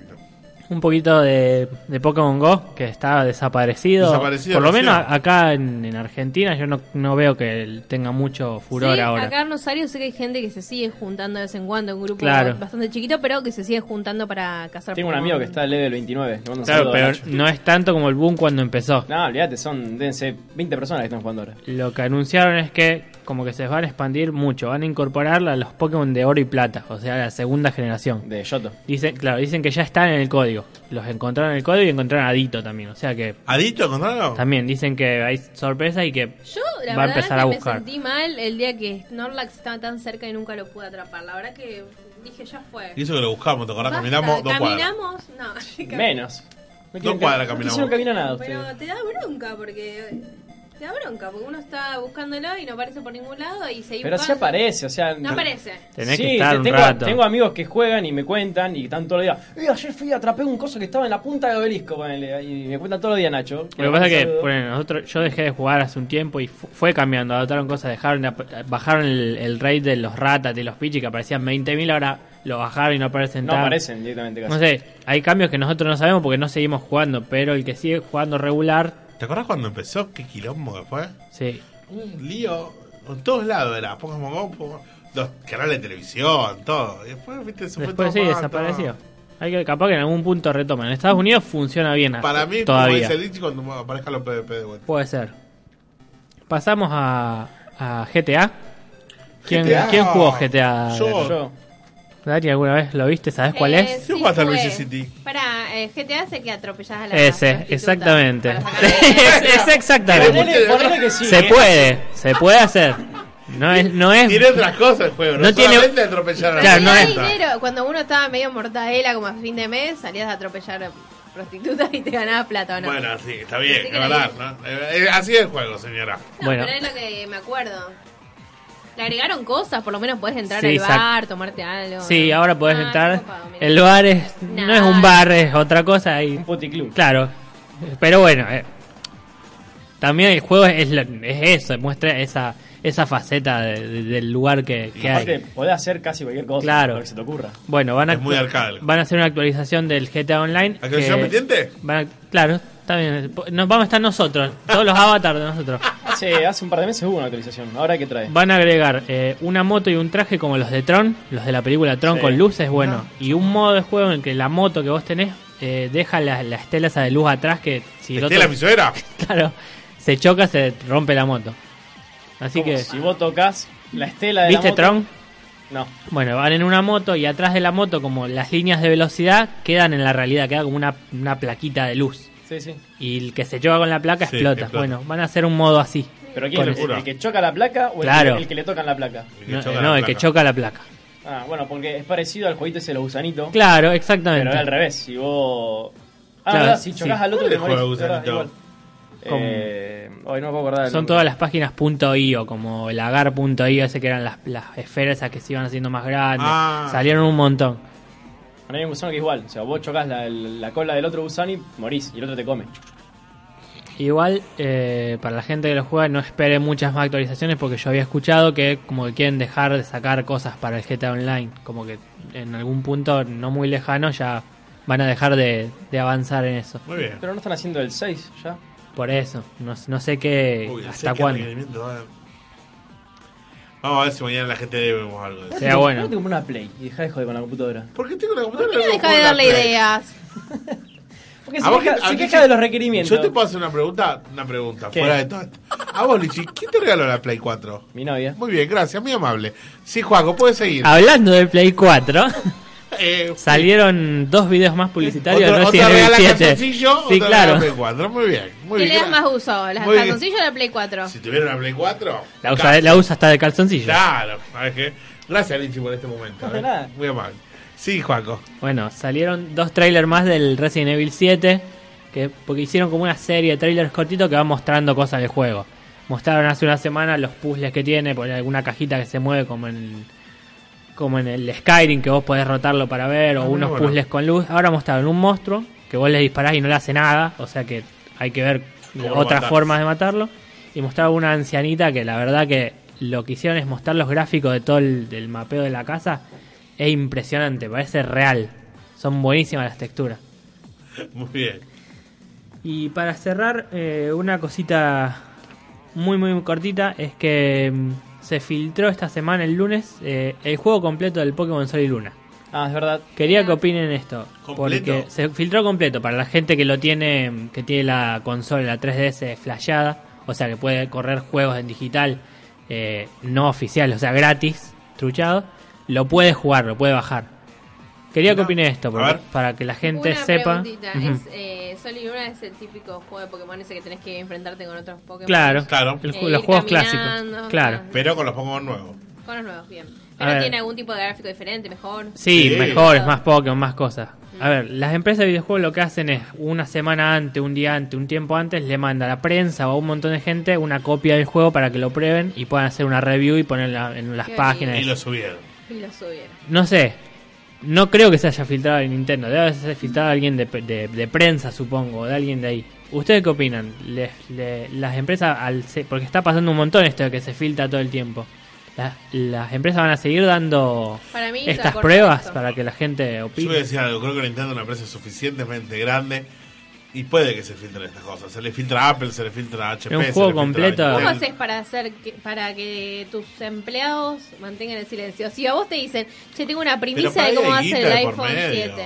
Speaker 12: Un poquito de, de Pokémon Go, que está desaparecido.
Speaker 10: Desaparecido,
Speaker 12: Por lo
Speaker 10: recién.
Speaker 12: menos a- acá en, en Argentina yo no, no veo que tenga mucho furor
Speaker 11: Sí,
Speaker 12: ahora.
Speaker 11: acá en Rosario sé que hay gente que se sigue juntando de vez en cuando, un grupo
Speaker 12: Claro.
Speaker 11: bastante chiquito, pero que se sigue juntando para cazar
Speaker 4: Tengo un
Speaker 11: Pokémon.
Speaker 4: amigo que está level 29. le mando un
Speaker 12: Claro,
Speaker 4: saludo a
Speaker 12: pero
Speaker 4: Nacho.
Speaker 12: no es tanto como el boom cuando empezó.
Speaker 4: No, olvídate, son, deben ser 20 personas que están jugando ahora.
Speaker 12: Lo que anunciaron es que como que se van a expandir mucho, van a incorporar a los Pokémon de oro y plata, o sea, la segunda generación.
Speaker 4: De Yoto.
Speaker 12: Dicen, claro, dicen que ya están en el código. Los encontraron en el código y encontraron a Dito también, o sea que...
Speaker 10: ¿A Dito encontraron?
Speaker 12: También dicen que hay sorpresa y que
Speaker 11: Yo, la
Speaker 12: va a
Speaker 11: verdad,
Speaker 12: empezar
Speaker 11: que
Speaker 12: a
Speaker 11: me
Speaker 12: buscar.
Speaker 11: sentí mal el día que Snorlax estaba tan cerca y nunca lo pude atrapar. La verdad que dije, ya fue.
Speaker 10: Y eso que lo buscamos, ¿te acordás?
Speaker 4: Ah,
Speaker 11: Basta,
Speaker 10: Caminamos dos cuadras.
Speaker 11: Caminamos, no. cam-
Speaker 4: Menos. No quieren
Speaker 10: cuadras
Speaker 4: cam-
Speaker 10: caminamos.
Speaker 4: No quisieron caminar nada ustedes.
Speaker 11: Pero te da bronca porque. Te da bronca porque uno está buscándolo y no aparece por ningún lado y seguimos.
Speaker 4: Pero sí aparece, o sea...
Speaker 11: No aparece.
Speaker 12: Tenés
Speaker 4: Sí,
Speaker 12: que estar
Speaker 4: te-
Speaker 12: un
Speaker 4: tengo,
Speaker 12: rato.
Speaker 4: tengo amigos que juegan y me cuentan y están todos los días. "Eh, ayer fui y atrapé un coso que estaba en la punta del obelisco. ponele", y me cuentan todos los días, Nacho.
Speaker 12: Lo que pasa es que
Speaker 4: Saludo.
Speaker 12: ponele, nosotros, yo dejé de jugar hace un tiempo y fu- fue cambiando, adaptaron cosas, dejaron de ap- bajaron el, el raid de los ratas, de los pichis que aparecían 20.000, ahora lo bajaron y no aparecen
Speaker 4: No
Speaker 12: tan-
Speaker 4: aparecen directamente casi.
Speaker 12: No sé, hay cambios que nosotros no sabemos porque no seguimos jugando, pero el que sigue jugando regular,
Speaker 10: ¿Te acordás cuando empezó? ¿Qué quilombo que fue?
Speaker 12: sí.
Speaker 10: Un lío. En todos lados era Pokémon Go, Pokémon- los canales de televisión, todo. Y después, viste, se fue
Speaker 12: Después
Speaker 10: todo
Speaker 12: sí,
Speaker 10: mal,
Speaker 12: desapareció.
Speaker 10: todo.
Speaker 12: Hay que, capaz que en algún punto retoman. En Estados Unidos funciona bien
Speaker 10: Para mí,
Speaker 12: todavía.
Speaker 10: como dice Lich, cuando aparezca los PvP de vuelta.
Speaker 12: Puede ser. Pasamos a, a GTA. ¿Quién,
Speaker 10: GTA.
Speaker 12: quién jugó GTA?
Speaker 10: Yo.
Speaker 4: Yo.
Speaker 12: Dari, ¿alguna vez lo viste? ¿Sabes cuál
Speaker 11: Eh,
Speaker 12: es?
Speaker 11: sí fue.
Speaker 10: City?
Speaker 11: Para eh, GTA hace que atropellas a la
Speaker 12: Ese,
Speaker 11: prostituta
Speaker 12: exactamente.
Speaker 11: para sacar-
Speaker 12: es, es
Speaker 4: Ponele- ponele que
Speaker 12: exactamente.
Speaker 4: sí,
Speaker 12: Se
Speaker 4: eh.
Speaker 12: puede, se puede hacer. No es, no es.
Speaker 10: Tiene otras cosas el juego, no,
Speaker 12: No tiene-
Speaker 10: solamente atropellar a
Speaker 12: Claro,
Speaker 10: la
Speaker 12: no
Speaker 10: gente.
Speaker 12: es-
Speaker 11: Dinero, cuando uno estaba medio mortadela como a fin de mes, salías a atropellar prostitutas y te ganabas plata, ¿o ¿no?
Speaker 10: Bueno, sí, está bien,
Speaker 11: Así
Speaker 10: es
Speaker 11: que
Speaker 10: verdad. ¿no? Eh, eh, así es el juego, señora.
Speaker 11: No, pero es lo que me acuerdo. Le agregaron cosas, por lo menos podés entrar
Speaker 12: Sí,
Speaker 11: al
Speaker 12: sac-
Speaker 11: bar, tomarte algo.
Speaker 12: Sí, ahora podés
Speaker 11: Ah,
Speaker 12: entrar.
Speaker 11: qué copado, mirá.
Speaker 12: El bar es, no
Speaker 11: Nah.
Speaker 12: es un bar, es otra cosa. Hay, un
Speaker 4: puticlub.
Speaker 12: Claro. Pero bueno, eh, también el juego es, lo- es eso, muestra esa esa faceta de- de- del lugar que, que hay.
Speaker 4: Aparte, podés hacer casi cualquier cosa.
Speaker 12: Claro.
Speaker 4: Lo que se te ocurra.
Speaker 12: Bueno, van a,
Speaker 4: Es muy arcade.
Speaker 12: van a hacer una actualización del GTA Online.
Speaker 4: ¿Actualización
Speaker 12: que-
Speaker 4: pendiente?
Speaker 12: van a- claro, está bien. Nos vamos a estar nosotros, todos los avatars de nosotros.
Speaker 4: Hace, hace un par de meses hubo una actualización. Ahora qué trae.
Speaker 12: Van a agregar eh, una moto y un traje como los de Tron, los de la película Tron
Speaker 4: Sí.
Speaker 12: con luces, bueno. Y un modo de juego en el que la moto que vos tenés eh, deja la, la estela esa de luz atrás que si el
Speaker 10: ¿Estela, mi suegra?
Speaker 12: claro, se choca, se rompe la moto. Así
Speaker 4: Como
Speaker 12: que,
Speaker 4: Si vos tocas la estela de
Speaker 12: ¿viste
Speaker 4: la moto-
Speaker 12: Tron?
Speaker 4: No.
Speaker 12: Bueno, van en una moto y atrás de la moto como las líneas de velocidad quedan en la realidad, queda como una, una plaquita de luz.
Speaker 4: Sí, sí.
Speaker 12: Y el que se choca con la placa
Speaker 4: Sí,
Speaker 12: explota.
Speaker 4: explota.
Speaker 12: Bueno, van a hacer un modo así.
Speaker 4: ¿Pero quién
Speaker 12: Con-
Speaker 4: es el, el que choca la placa o el,
Speaker 12: Claro.
Speaker 4: que, el que le tocan la placa?
Speaker 12: No, eh, no, el que choca la placa.
Speaker 4: Ah, bueno, porque es parecido al jueguito ese de los gusanitos.
Speaker 12: Claro, exactamente.
Speaker 4: Pero es al revés, si vos... Ah,
Speaker 12: Claro,
Speaker 4: verdad, si chocás
Speaker 12: sí.
Speaker 4: al otro
Speaker 12: ¿Cuál
Speaker 4: te
Speaker 12: es el juego
Speaker 4: morís.
Speaker 12: de
Speaker 4: verdad,
Speaker 12: gusanito?
Speaker 4: igual. Eh, hoy no me puedo acordar del
Speaker 12: Son
Speaker 4: nombre.
Speaker 12: todas las páginas .io, como lagar.io, ese que eran las, las esferas esas que se iban haciendo más grandes.
Speaker 4: Ah.
Speaker 12: Salieron un montón.
Speaker 4: Bueno, hay un gusano que es igual. O sea, vos chocás la, la cola del otro gusano y morís. Y el otro te come.
Speaker 12: Igual, eh, para la gente que lo juega, no espere muchas más actualizaciones porque yo había escuchado que como que quieren dejar de sacar cosas para el GTA Online. Como que en algún punto no muy lejano ya van a dejar de, de avanzar en eso.
Speaker 4: Pero no están haciendo el 6 ya.
Speaker 12: Por eso, no, no sé qué,
Speaker 10: Uy, sé
Speaker 12: hasta
Speaker 10: que
Speaker 12: cuándo.
Speaker 10: requerimiento va a- Vamos a ver si mañana la gente debemos algo.
Speaker 12: Sea bueno.
Speaker 4: Yo tengo una Play y dejá de joder con la computadora.
Speaker 10: ¿Por qué tengo la
Speaker 11: ¿Por
Speaker 10: computadora?
Speaker 11: qué no deja de darle ideas?
Speaker 4: Porque
Speaker 10: ¿A
Speaker 4: se
Speaker 10: vos
Speaker 4: queja,
Speaker 10: qué- a
Speaker 4: se
Speaker 10: qué-
Speaker 4: queja de los requerimientos.
Speaker 10: Yo te puedo hacer una pregunta, una pregunta,
Speaker 4: ¿Qué?
Speaker 10: fuera de todo esto. A vos, Lichi, ¿quién te regaló la Play 4?
Speaker 4: Mi novia. Ah,
Speaker 10: Muy bien, gracias, muy amable. Sí, Juaco, puedes seguir.
Speaker 12: Hablando de Play 4,
Speaker 10: Eh,
Speaker 12: salieron dos videos más publicitarios
Speaker 10: otro,
Speaker 12: de
Speaker 10: otro
Speaker 12: Resident Evil
Speaker 10: regala
Speaker 12: 7.
Speaker 10: calzoncillo,
Speaker 12: Sí,
Speaker 10: otro regala Play
Speaker 12: claro.
Speaker 10: 4. Muy bien, muy
Speaker 11: ¿Qué
Speaker 10: bien.
Speaker 11: le das
Speaker 10: gra-
Speaker 11: más uso? ¿Las
Speaker 10: Muy bien.
Speaker 11: calzoncillos o la Play 4?
Speaker 10: Si tuviera una Play 4,
Speaker 12: La usa, la usa hasta de calzoncillo.
Speaker 10: claro. ¿sabes qué? Gracias, Lichi, por este momento.
Speaker 4: No de
Speaker 10: eh.
Speaker 4: nada.
Speaker 10: Muy amable. Sí, Juaco.
Speaker 12: Bueno, salieron dos trailers más del Resident Evil 7, que, porque hicieron como una serie de trailers cortitos que va mostrando cosas del juego. Mostraron hace una semana los puzzles que tiene, por alguna cajita que se mueve como en como en el Skyrim que vos podés rotarlo para ver o
Speaker 4: Ah,
Speaker 12: unos
Speaker 4: bueno.
Speaker 12: puzzles con luz. Ahora mostraron un monstruo que vos le disparás y no le hace nada, o sea que hay que ver
Speaker 4: Cómo lo
Speaker 12: otras
Speaker 4: matás.
Speaker 12: formas de matarlo y mostraron una ancianita que la verdad que lo que hicieron es mostrar los gráficos de todo el del mapeo de la casa. Es impresionante, parece real. Son buenísimas las texturas.
Speaker 10: Muy bien.
Speaker 12: Y para cerrar, eh, una cosita muy muy cortita es que mm, se filtró esta semana el lunes eh, el juego completo del Pokémon Sol y Luna.
Speaker 4: Ah, es verdad.
Speaker 12: Quería que opinen esto,
Speaker 4: ¿Completo?
Speaker 12: porque se filtró completo para la gente que lo tiene, mm, que tiene la consola, la 3DS flasheada, o sea que puede correr juegos en digital eh, no oficial, o sea gratis, truchado, lo puede jugar, lo puede bajar. Quería que opinen esto, por-
Speaker 10: ver.
Speaker 12: para que la gente
Speaker 11: Una
Speaker 12: sepa.
Speaker 11: preguntita,
Speaker 12: Ujú.
Speaker 11: es, eh, Sol y Luna es el típico juego de Pokémon ese que tenés que enfrentarte con otros Pokémon.
Speaker 12: Claro, el ju-
Speaker 11: Eh,
Speaker 12: los
Speaker 11: ir
Speaker 12: juegos
Speaker 11: caminando,
Speaker 12: clásicos. Claro.
Speaker 10: Pero con los Pokémon nuevos.
Speaker 11: Con los nuevos, bien.
Speaker 12: A
Speaker 11: Pero
Speaker 12: ver.
Speaker 11: tiene algún tipo de gráfico diferente, mejor.
Speaker 12: Sí, mejores, más Pokémon, más cosas. A ver, las empresas de videojuegos lo que hacen es una semana antes, un día antes, un tiempo antes, le manda a la prensa o a un montón de gente una copia del juego para que lo prueben y puedan hacer una review y ponerla en las
Speaker 11: Qué
Speaker 12: páginas.
Speaker 11: lindo. Y lo
Speaker 10: subieron.
Speaker 11: Y lo subieron.
Speaker 12: No sé, no creo que se haya filtrado en Nintendo, debe haberse filtrado alguien de, de- de prensa, supongo, de alguien de ahí. ¿Ustedes qué opinan? Les- le- las empresas, al se- porque está pasando un montón esto de que se filtra todo el tiempo. La- las empresas van a seguir dando
Speaker 11: Para mí,
Speaker 12: estas
Speaker 11: correcto.
Speaker 12: pruebas para que la gente opine.
Speaker 10: Yo voy a decir algo, creo que Nintendo es una empresa suficientemente grande y puede que se filtren estas cosas. Se le filtra a Apple, se le filtra a HP.
Speaker 12: un
Speaker 10: se
Speaker 12: juego
Speaker 10: le filtra a
Speaker 12: completo.
Speaker 10: Nintendo.
Speaker 11: ¿Cómo haces para hacer que, para que tus empleados mantengan el silencio? Si a vos te dicen, che, tengo una primicia
Speaker 10: para
Speaker 11: de
Speaker 10: ahí
Speaker 11: cómo va a
Speaker 10: hay
Speaker 11: ser el
Speaker 10: guita de por
Speaker 11: iPhone
Speaker 10: medio.
Speaker 11: 7.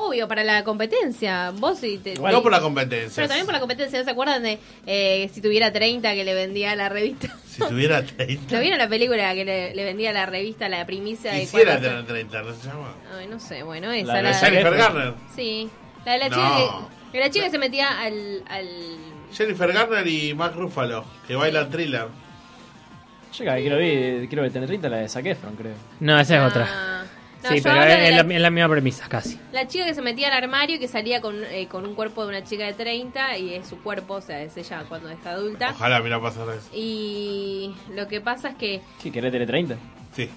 Speaker 11: Obvio, para la competencia. Vos sí te.
Speaker 10: Igual
Speaker 11: te-
Speaker 10: no por la competencia.
Speaker 11: Pero también por la competencia. ¿No se acuerdan de eh, si tuviera 30 que le vendía la revista?
Speaker 10: Si tuviera 30.
Speaker 11: ¿No vieron la película que le, le vendía la revista, la primicia de
Speaker 10: Quisiera
Speaker 11: cuando-
Speaker 10: tener 30, ¿no se llama?
Speaker 11: Ay, no sé, bueno, esa.
Speaker 10: de Jennifer Garner.
Speaker 11: Sí. La de la
Speaker 10: No.
Speaker 11: chica que. que La chica que se metía al. al...
Speaker 10: Jennifer Garner y Mark Ruffalo, que bailan thriller.
Speaker 4: Yo cada vez que lo vi, eh, creo que tener 30 la de Zac Efron, creo.
Speaker 12: No, esa es otra.
Speaker 11: Ah. No,
Speaker 12: sí,
Speaker 11: yo
Speaker 12: pero
Speaker 11: hablo
Speaker 12: es,
Speaker 11: de
Speaker 12: es
Speaker 11: la-
Speaker 12: la, es la misma premisa casi.
Speaker 11: La chica que se metía al armario y que salía con, eh, con un cuerpo de una chica de 30 y es su cuerpo, o sea, es ella cuando está adulta.
Speaker 10: Ojalá mira pasar eso.
Speaker 11: Y lo que pasa es que,
Speaker 4: ¿Qué querés tener 30?
Speaker 10: Sí.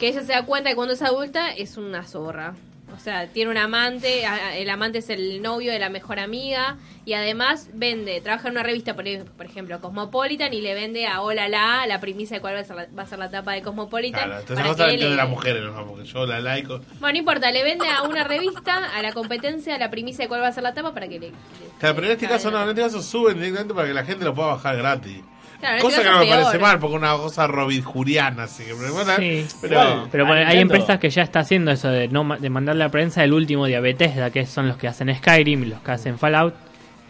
Speaker 11: que ella se da cuenta que cuando es adulta es una zorra. O sea, tiene un amante, a- a- el amante es el novio de la mejor amiga y además vende, trabaja en una revista, por ej- por ejemplo, Cosmopolitan y le vende a Hola La, la primicia de cuál va a ser la, va a ser la tapa de Cosmopolitan.
Speaker 10: Claro, entonces
Speaker 11: para
Speaker 10: vamos a
Speaker 11: que
Speaker 10: hablar de
Speaker 11: le-
Speaker 10: las mujeres, ¿no? porque yo la laico.
Speaker 11: Bueno, no importa, le vende a una revista, a la competencia, la primicia de cuál va a ser la tapa para que le...
Speaker 10: Claro, pero en este caso no, en este caso suben directamente para que la gente lo pueda bajar gratis.
Speaker 11: Claro, en este
Speaker 10: cosa que
Speaker 11: caso
Speaker 10: no me
Speaker 11: es peor.
Speaker 10: parece mal, porque es una cosa robinjuriana, así que pero, bueno,
Speaker 12: Sí.
Speaker 10: pero,
Speaker 12: Pero bueno, hay empresas que ya está haciendo eso de no ma- de mandarle a prensa el último de Bethesda, que son los que hacen Skyrim, los que hacen Fallout.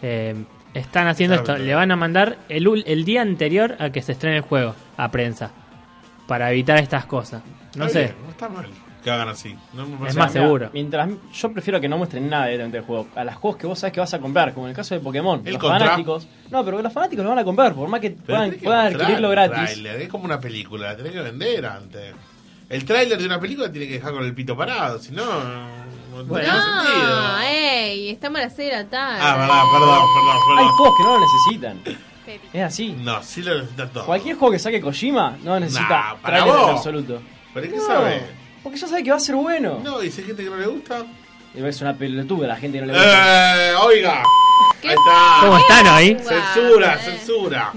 Speaker 12: eh, están haciendo esto,
Speaker 10: Exacto.
Speaker 12: le van a mandar el, ul- el día anterior a que se estrene el juego a prensa para evitar estas cosas. No
Speaker 10: Está
Speaker 12: sé,
Speaker 10: bien, no está mal. que hagan así. No me
Speaker 12: Es
Speaker 10: parece
Speaker 12: más
Speaker 10: nada.
Speaker 12: seguro.
Speaker 4: Mientras, yo prefiero que no muestren nada directamente del juego. A las juegos que vos sabes que vas a comprar, como en el caso de Pokémon.
Speaker 10: El
Speaker 4: los
Speaker 10: contra-
Speaker 4: fanáticos. No, pero los fanáticos lo van a comprar, por más que
Speaker 10: Pero
Speaker 4: puedan,
Speaker 10: tenés que
Speaker 4: puedan
Speaker 10: mostrar
Speaker 4: adquirirlo
Speaker 10: el
Speaker 4: gratis.
Speaker 10: tráiler, es como una película, la tenés que vender antes. El tráiler de una película tiene que dejar con el pito parado, si no, no tiene sentido.
Speaker 11: no, ey, está mal hacer la tarde.
Speaker 10: Ah, verdad, perdón, perdón, perdón.
Speaker 4: Hay juegos que no lo necesitan. Es así.
Speaker 10: No, sí lo necesitan todos.
Speaker 4: Cualquier juego que saque Kojima no necesita
Speaker 10: Nah, para
Speaker 4: tráiler en
Speaker 10: vos.
Speaker 4: absoluto.
Speaker 10: ¿Pero qué
Speaker 4: No,
Speaker 10: sabe?
Speaker 4: Porque ya sabe que va a ser bueno.
Speaker 10: No, y si hay gente que no le gusta.
Speaker 4: Es una pelotuda la gente que no le gusta.
Speaker 10: ¡Eh! ¡Oiga! Ahí está.
Speaker 12: ¿Cómo están ahí?
Speaker 10: Censura, censura.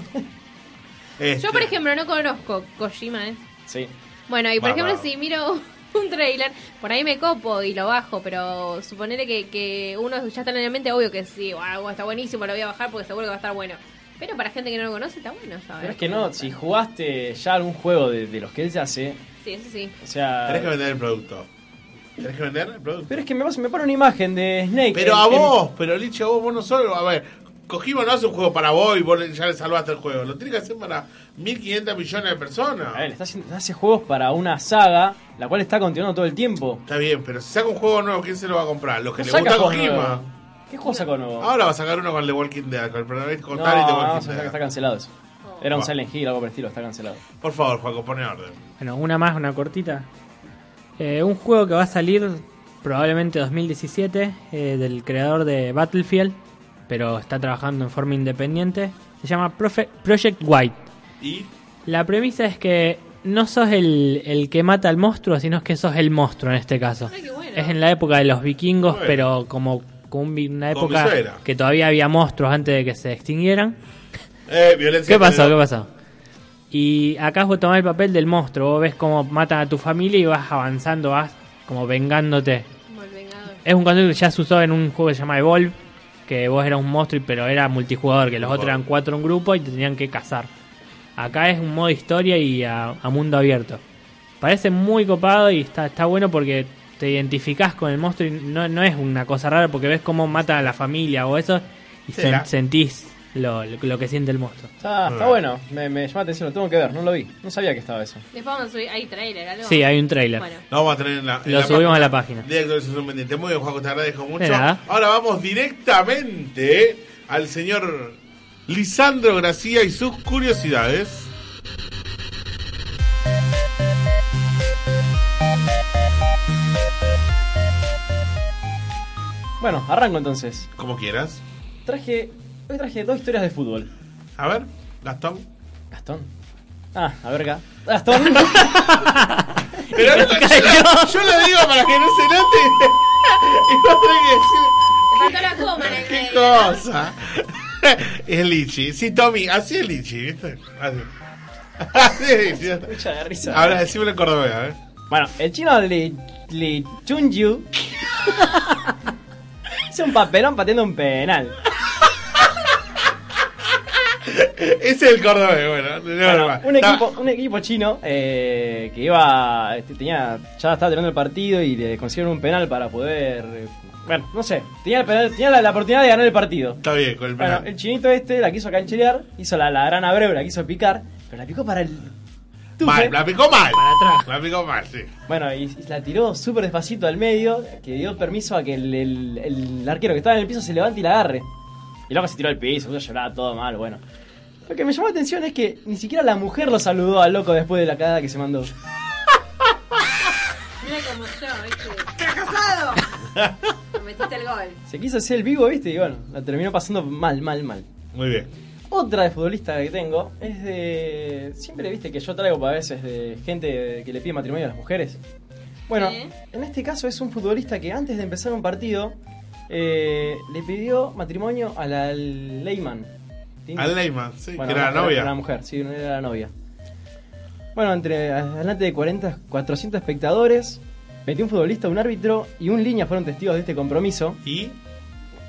Speaker 10: Este,
Speaker 11: Eh. Yo, por ejemplo, no conozco Kojima, ¿eh?
Speaker 4: Sí.
Speaker 11: Bueno, y por
Speaker 10: Bárbaro.
Speaker 11: ejemplo, si miro un trailer, por ahí me copo y lo bajo, pero suponele que, que uno ya está en la mente, obvio que sí, wow, está buenísimo, lo voy a bajar porque seguro que va a estar bueno. Pero para gente que no lo conoce, está bueno,
Speaker 4: Pero
Speaker 11: ¿sabes?
Speaker 4: es que no, si jugaste ya algún juego de, de los que él se hace,
Speaker 11: Sí, eso sí.
Speaker 4: o sea.
Speaker 10: Tenés que vender el producto. Tenés que vender el producto.
Speaker 4: Pero es que me, pasa- me pone una imagen de Snake.
Speaker 10: Pero
Speaker 4: en-
Speaker 10: a
Speaker 4: en-
Speaker 10: vos, pero Lichi, a vos, vos no solo. A ver, Kojima no hace un juego para vos y vos le- ya le salvaste el juego. Lo tiene que hacer para 1.500 millones de personas.
Speaker 4: A ver, está haciendo- hace juegos para una saga, la cual está continuando todo el tiempo.
Speaker 10: Está bien, pero si saca un juego nuevo, ¿quién se lo va a comprar? Los que
Speaker 4: No
Speaker 10: le
Speaker 4: saca
Speaker 10: gusta
Speaker 4: juegos
Speaker 10: Kojima. Ah,
Speaker 4: nuevos. ¿Qué juego sacó nuevo?
Speaker 10: Ahora va a sacar uno con The Walking Dead, con el protagonista con
Speaker 4: no,
Speaker 10: Tali de
Speaker 4: no,
Speaker 10: Walking
Speaker 4: se saca que
Speaker 10: Dead.
Speaker 4: está cancelado eso. Era un
Speaker 10: Bueno.
Speaker 4: Silent Hill, algo por el estilo, está cancelado.
Speaker 10: Por favor, Juaco, pone orden.
Speaker 12: Bueno, una más, una cortita. Eh, un juego que va a salir probablemente 2017 eh, del creador de Battlefield, pero está trabajando en forma independiente. Se llama Profe- Project White.
Speaker 10: ¿Y?
Speaker 12: La premisa es que no sos el, el que mata al monstruo, sino que sos el monstruo en este caso. Es en la época de los vikingos,
Speaker 10: Bueno.
Speaker 12: pero como, como un vi- una
Speaker 10: Como
Speaker 12: época
Speaker 10: visera.
Speaker 12: que todavía había monstruos antes de que se extinguieran.
Speaker 10: Eh, violencia.
Speaker 12: ¿Qué pasó? ¿Qué
Speaker 10: general.
Speaker 12: pasó? Y acá vos tomás el papel del monstruo, vos ves cómo matan a tu familia y vas avanzando, vas como vengándote. Es un concepto que ya se usó en un juego que se llama Evolve, que vos eras un monstruo y- pero era multijugador, que los otros eran cuatro en grupo y te tenían que cazar. Acá es un modo historia y a, a mundo abierto. Parece muy copado y está, está bueno porque te identificás con el monstruo y no, no es una cosa rara porque ves cómo mata a la familia o eso y sen-
Speaker 4: Será.
Speaker 12: sentís lo- lo- lo que siente el monstruo.
Speaker 4: Está, Ah,
Speaker 10: Ah.
Speaker 4: está bueno, me, me llama la atención, lo tengo que ver, no lo vi, no sabía que estaba eso.
Speaker 11: Después vamos a subir, hay trailer, algo.
Speaker 12: Sí, hay un tráiler.
Speaker 11: Bueno.
Speaker 10: Lo vamos a tener en la. en
Speaker 12: Lo
Speaker 10: la
Speaker 12: subimos
Speaker 10: página
Speaker 12: a la página.
Speaker 10: de actualización pendiente. Muy bien, Juaco, te agradezco mucho.
Speaker 12: De nada.
Speaker 10: Ahora vamos directamente al señor Lisandro García y sus curiosidades.
Speaker 4: Bueno, arranco entonces.
Speaker 10: Como quieras.
Speaker 4: Traje, hoy traje dos historias de fútbol.
Speaker 10: A ver, Gastón.
Speaker 4: Gastón. Ah, a ver acá. Gastón.
Speaker 10: Pero yo, yo lo digo para que no se note. Y vos tenés que decir.
Speaker 11: Faltó la coma, en el
Speaker 10: ¿Qué
Speaker 11: medio.
Speaker 10: cosa? Es Lichi. Sí, Tommy, así es Lichi, ¿viste? Así. Así es Lichi, ya está.
Speaker 4: Mucha de risa.
Speaker 10: Ahora decímelo en cordobés, ¿eh? a ver.
Speaker 4: Bueno, el chino Li, Li Chunyu hizo un papelón pateando un penal.
Speaker 10: Ese es el cordobés, bueno. de
Speaker 4: Bueno,
Speaker 10: normal.
Speaker 4: un,
Speaker 10: Está-
Speaker 4: equipo, un equipo chino eh, que iba este, tenía ya estaba terminando el partido y le consiguieron un penal para poder eh, bueno no sé tenía, el penal- tenía la, la oportunidad de ganar el partido
Speaker 10: Está bien, con el
Speaker 4: bueno
Speaker 10: penal.
Speaker 4: el chinito este la quiso cancherear hizo la, la gran abreu la quiso picar pero la picó para el tufe.
Speaker 10: Mal, la picó mal.
Speaker 12: Para atrás.
Speaker 10: La picó mal, sí.
Speaker 4: bueno y, y la tiró súper despacito al medio que dio permiso a que el, el- el arquero que estaba en el piso se levante y la agarre y luego se tiró al piso puso a llorar todo mal bueno lo que me llamó la atención es que ni siquiera la mujer lo saludó al loco después de la cagada que se mandó.
Speaker 11: Mira como yo, ¿viste? ¡Fracasado! Me metiste el gol.
Speaker 4: Se quiso hacer el vivo, viste, y bueno, la terminó pasando mal, mal, mal.
Speaker 10: Muy bien.
Speaker 4: Otra de futbolista que tengo es de. Siempre viste que yo traigo para veces de gente que le pide matrimonio a las mujeres. Bueno,
Speaker 11: ¿Eh?
Speaker 4: en este caso es un futbolista que antes de empezar un partido eh, le pidió matrimonio a la Leyman.
Speaker 10: A Leyman, sí,
Speaker 4: Bueno,
Speaker 10: que era la
Speaker 4: mujer,
Speaker 10: novia.
Speaker 4: Una mujer, sí, era la novia. Bueno, entre adelante de 40, 400 espectadores, 21 futbolistas, un árbitro y un línea fueron testigos de este compromiso.
Speaker 10: ¿Y?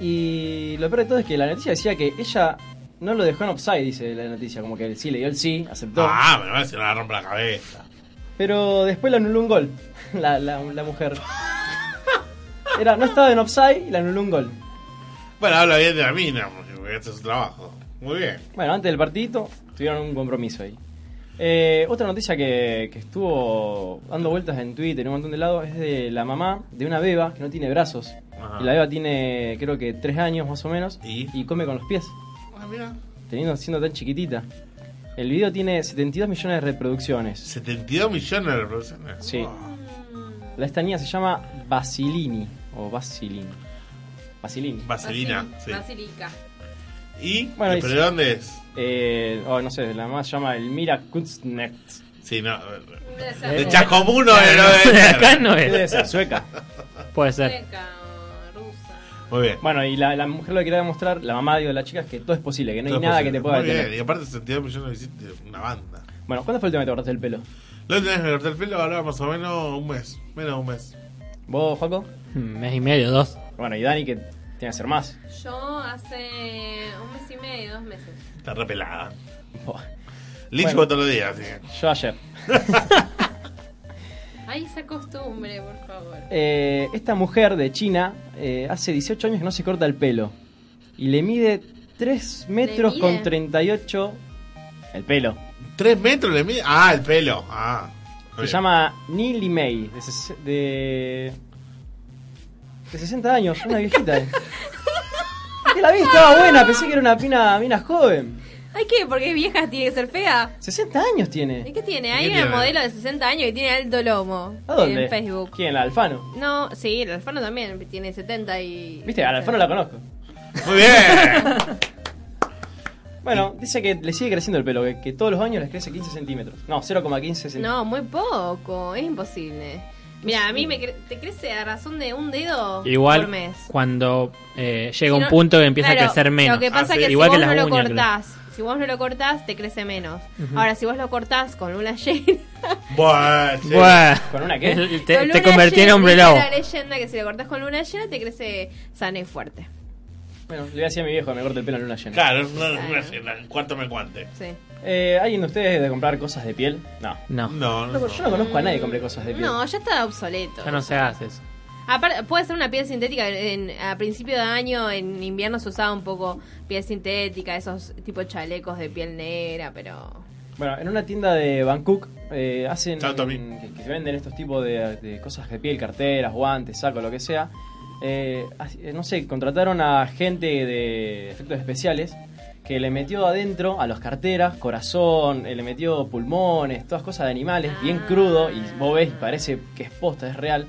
Speaker 4: Y lo peor de todo es que la noticia decía que ella no lo dejó en offside, dice la noticia. Como que sí, le dio el sí, aceptó.
Speaker 10: Ah, me parece que no la rompe la cabeza.
Speaker 4: Pero después le anuló un gol, la, la- la mujer. Era, no estaba en offside y le anuló un gol.
Speaker 10: Bueno, habla bien de la mina, porque este es su trabajo. Muy bien.
Speaker 4: Bueno, antes del partidito tuvieron un compromiso ahí. Eh, otra noticia que, que estuvo dando vueltas en Twitter en un montón de lados es de la mamá de una beba que no tiene brazos.
Speaker 10: Ajá.
Speaker 4: Y la beba tiene, creo que, tres años más o menos. ¿Y? come con los pies,
Speaker 10: Ah, mira.
Speaker 4: teniendo siendo tan chiquitita. El video tiene 72 millones de reproducciones.
Speaker 10: ¿72 millones de reproducciones?
Speaker 4: Sí. La esta niña se llama Basilini. O Basilini. Basilini.
Speaker 10: Vaselina, sí.
Speaker 11: Basilica.
Speaker 10: ¿Y?
Speaker 4: Bueno,
Speaker 10: ¿Y
Speaker 4: y
Speaker 10: pero
Speaker 4: sí.
Speaker 10: de dónde es?
Speaker 4: Eh, oh, no sé, la mamá se llama Elmira Kutznet.
Speaker 10: Sí, no.
Speaker 11: De
Speaker 4: Eh,
Speaker 10: Chacomuno, eh, no debe ser.
Speaker 12: Acá no es.
Speaker 4: Debe ser sueca.
Speaker 12: Puede ser.
Speaker 10: Muy bien.
Speaker 4: Bueno, y la, la mujer lo que quería demostrar, la mamá digo, de la chica, es que todo es posible, que no hay
Speaker 10: Todo es
Speaker 4: nada
Speaker 10: posible.
Speaker 4: que te pueda
Speaker 10: Muy bien,
Speaker 4: detener.
Speaker 10: Y aparte 72 millones de visitas, una banda.
Speaker 4: Bueno, ¿cuándo fue el tema que te cortaste el pelo?
Speaker 10: Lo tenés que cortar el pelo, hablaba más o menos un mes. Menos de un mes.
Speaker 4: ¿Vos, Joaco?
Speaker 12: Mes y medio, dos.
Speaker 4: Bueno, y Dani, que tiene que ser más.
Speaker 11: Yo hace un mes y medio, dos meses.
Speaker 10: Está repelada.
Speaker 4: Buah.
Speaker 10: Lynch
Speaker 4: Bueno.
Speaker 10: bueno. todos los días, así que.
Speaker 4: Yo ayer.
Speaker 11: Ay, esa costumbre, por favor.
Speaker 4: Eh, esta mujer de China eh, hace 18 años que no se corta el pelo. Y le mide 3 metros
Speaker 11: mide?
Speaker 4: con 38 el pelo.
Speaker 10: ¿Tres metros le mide? Ah, el pelo. Ah.
Speaker 4: Se llama Nili May, de, ses- de, de 60 años, una viejita. eh. Que la vi, estaba buena, pensé que era una pina, mina joven.
Speaker 11: ¿Ay qué? ¿Por qué vieja tiene que ser fea?
Speaker 4: 60 años tiene.
Speaker 11: ¿Y qué tiene?
Speaker 4: ¿Y
Speaker 11: Hay
Speaker 4: qué
Speaker 11: una
Speaker 4: tiene?
Speaker 11: modelo de 60 años que tiene alto lomo.
Speaker 4: ¿A dónde?
Speaker 11: En Facebook.
Speaker 4: ¿Quién? ¿La Alfano?
Speaker 11: No, sí, el Alfano también tiene 70 y...
Speaker 4: ¿Viste? A la Alfano la conozco.
Speaker 10: Muy bien.
Speaker 4: Bueno, dice que le sigue creciendo el pelo, que, que todos los años les crece 15 centímetros. No, 0,15 centímetros.
Speaker 11: No, muy poco, es imposible. Mira, a mí me cre- te crece a razón de un dedo por
Speaker 12: Igual
Speaker 11: mes.
Speaker 12: cuando eh, llega
Speaker 11: Si
Speaker 12: un
Speaker 11: no-
Speaker 12: punto que empieza
Speaker 11: claro,
Speaker 12: a crecer menos. Ah,
Speaker 11: Lo que pasa que
Speaker 12: Igual
Speaker 11: si
Speaker 12: que
Speaker 11: vos
Speaker 12: las
Speaker 11: no lo
Speaker 12: uñas.
Speaker 11: cortás, si vos no lo cortás, te crece menos.
Speaker 12: Ujú.
Speaker 11: Ahora, si vos lo cortás con una llena,
Speaker 10: Buah, che.
Speaker 12: Buah.
Speaker 4: ¿Con una qué?
Speaker 12: Te-
Speaker 11: con
Speaker 12: Te,
Speaker 11: luna
Speaker 12: convertí en
Speaker 11: llena,
Speaker 12: hombre
Speaker 11: dice
Speaker 12: lobo.
Speaker 11: La leyenda que si lo cortás con luna llena, te crece sano y fuerte.
Speaker 4: Bueno, le voy a decir a mi viejo que me corte el pelo en luna llena.
Speaker 10: Claro, no, cuánto me cuante.
Speaker 11: Sí.
Speaker 4: Eh, ¿Alguien de ustedes de comprar cosas de piel? No.
Speaker 12: No.
Speaker 10: No,
Speaker 4: No, Yo no conozco a nadie que compre cosas de piel.
Speaker 11: No, ya está obsoleto.
Speaker 12: Ya no se hace eso.
Speaker 11: Aparte, puede ser una piel sintética. En, a principio de año, en invierno, se usaba un poco piel sintética, esos tipo chalecos de piel negra, pero.
Speaker 4: Bueno, en una tienda de Bangkok eh, hacen
Speaker 10: Chao, Tommy.
Speaker 4: que, que se venden estos tipos de, de cosas de piel, carteras, guantes, sacos, lo que sea. Eh, así- eh, no sé, contrataron a gente de efectos especiales que le metió adentro a los carteras, corazón, eh, le metió pulmones, todas cosas de animales, bien
Speaker 11: Ah.
Speaker 4: crudo, y vos ves y parece que es posta, es real.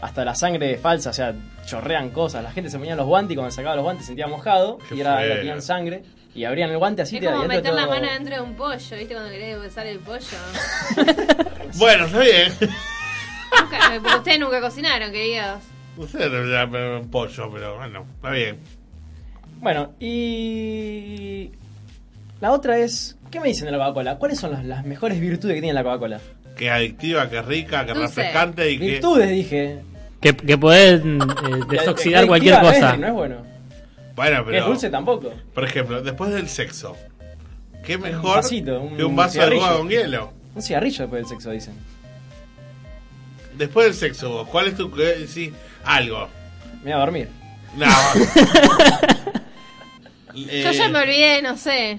Speaker 4: Hasta la sangre es falsa, o sea, chorrean cosas. La gente se ponía los guantes y cuando sacaba los guantes se sentía mojado y era,
Speaker 10: feo.
Speaker 4: le ponían sangre. Y abrían el guante así
Speaker 11: es
Speaker 4: te-
Speaker 11: como
Speaker 4: y adentro
Speaker 11: meter la
Speaker 4: todo-
Speaker 11: mano dentro de un pollo, ¿viste? Cuando querés besar el pollo.
Speaker 10: Bueno, está bien.
Speaker 11: Nunca- porque ustedes nunca cocinaron, queridos.
Speaker 10: No sé, era un pollo, pero bueno, está bien.
Speaker 4: Bueno, y. La otra es. ¿Qué me dicen de la Coca-Cola? ¿Cuáles son las, las mejores virtudes que tiene la Coca-Cola?
Speaker 10: Que adictiva, que rica, que
Speaker 11: Dulce.
Speaker 10: refrescante y que.
Speaker 4: Virtudes, dije.
Speaker 12: Que, que podés mm, eh,
Speaker 4: Es
Speaker 12: desoxidar
Speaker 4: adictiva,
Speaker 12: cualquier
Speaker 4: no es-
Speaker 12: cosa.
Speaker 4: No es bueno.
Speaker 10: Bueno,
Speaker 4: Que es
Speaker 10: pero.
Speaker 4: dulce tampoco.
Speaker 10: Por ejemplo, después del sexo. ¿Qué mejor
Speaker 4: vasito, un
Speaker 10: que un vaso de
Speaker 4: cigarrillo.
Speaker 10: coca con hielo?
Speaker 4: Un cigarrillo después del sexo, dicen.
Speaker 10: Después del sexo, vos, ¿cuál es tu. eh, sí, algo.
Speaker 4: Me voy a dormir.
Speaker 10: No. Eh,
Speaker 11: Yo ya me olvidé, no sé.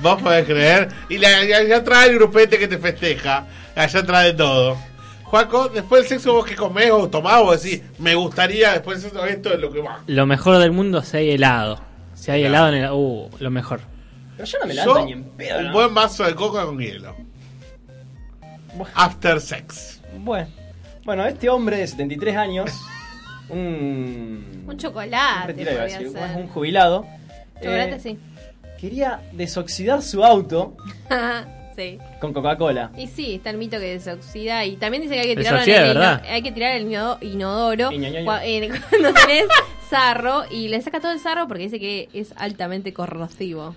Speaker 10: Vos podés creer. Y la, y allá trae el grupete que te festeja. Allá trae todo. Juaco, después del sexo vos que comés o tomás vos decís, me gustaría después del sexo esto es lo que va.
Speaker 12: Lo mejor del mundo si hay helado. Si hay helado en el. Uh, lo mejor.
Speaker 4: Pero yo no me
Speaker 10: Yo,
Speaker 4: levanto ni en pedo.
Speaker 10: un
Speaker 4: ¿no?
Speaker 10: buen vaso de coca con hielo. After sex.
Speaker 4: Bueno. Bueno, este hombre de 73 años. Un.
Speaker 11: Un
Speaker 4: un
Speaker 11: chocolate
Speaker 4: retirado, iba a
Speaker 11: podría
Speaker 4: decir,
Speaker 11: ser.
Speaker 4: un jubilado.
Speaker 11: Chocolate,
Speaker 4: eh,
Speaker 11: sí.
Speaker 4: Quería desoxidar su auto
Speaker 11: sí.
Speaker 4: con Coca-Cola.
Speaker 11: Y sí, está el mito que desoxida. Y también dice que hay que tirarlo
Speaker 4: Desoxida,
Speaker 11: en el
Speaker 4: ¿verdad?
Speaker 11: ino- hay que tirar el inodo- inodoro
Speaker 4: Iñoñoño.
Speaker 11: cua- en- cuando tenés sarro y le saca todo el sarro porque dice que es altamente corrosivo.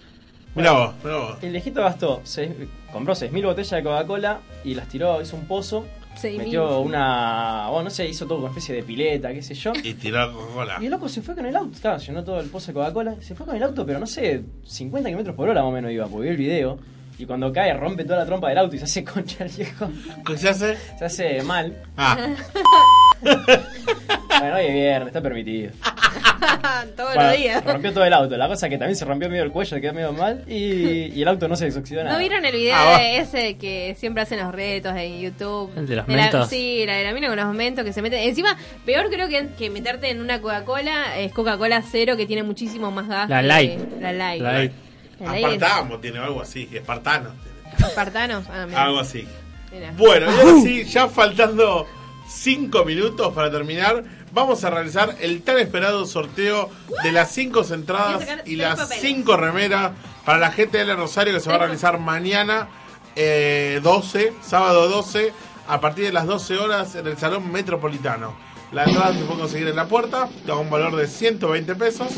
Speaker 10: Bravo, bravo.
Speaker 4: El viejito gastó, seis- compró 6.000 botellas de Coca-Cola y las tiró, hizo un pozo,
Speaker 11: Seis
Speaker 4: metió
Speaker 11: mil.
Speaker 4: una, bueno, no sé, hizo todo una especie de pileta, qué sé yo.
Speaker 10: Y tirar Coca-Cola.
Speaker 4: Y el loco se fue con el auto, claro, llenó todo el pozo de Coca-Cola, se fue con el auto, pero no sé, 50 kilómetros por hora más o menos iba, porque vi el video. Y cuando cae, rompe toda la trompa del auto y se hace concha el viejo.
Speaker 10: ¿Qué se hace?
Speaker 4: Se hace mal.
Speaker 10: Ah,
Speaker 4: Bueno, hoy es viernes, está permitido.
Speaker 11: Todos
Speaker 4: Bueno,
Speaker 11: los días.
Speaker 4: Rompió todo el auto. La cosa que también se rompió medio el cuello, le quedó medio mal. Y, y el auto no se desoxidó nada.
Speaker 11: ¿No vieron el video
Speaker 4: Ah,
Speaker 11: de ese que siempre hacen los retos en YouTube?
Speaker 4: ¿El de los
Speaker 11: la-
Speaker 4: mentos?
Speaker 11: sí, la de la mina con los mentos que se meten. Encima, peor creo que, que meterte en una Coca-Cola es Coca-Cola cero que tiene muchísimo más gas.
Speaker 10: La
Speaker 11: que-
Speaker 10: light.
Speaker 11: La light. La light es-
Speaker 10: Apartamos, tiene algo así, espartano,
Speaker 11: Espartanos. Ah, mira.
Speaker 10: algo así.
Speaker 11: Mira.
Speaker 10: Bueno, y ahora sí, ya faltando 5 minutos para terminar, vamos a realizar el tan esperado sorteo de las 5 entradas y las 5 remeras para la gente de Rosario que se va a realizar mañana eh, 12, sábado 12, a partir de las 12 horas en el Salón Metropolitano. La entrada se puede conseguir en la puerta, da un valor de 120 pesos.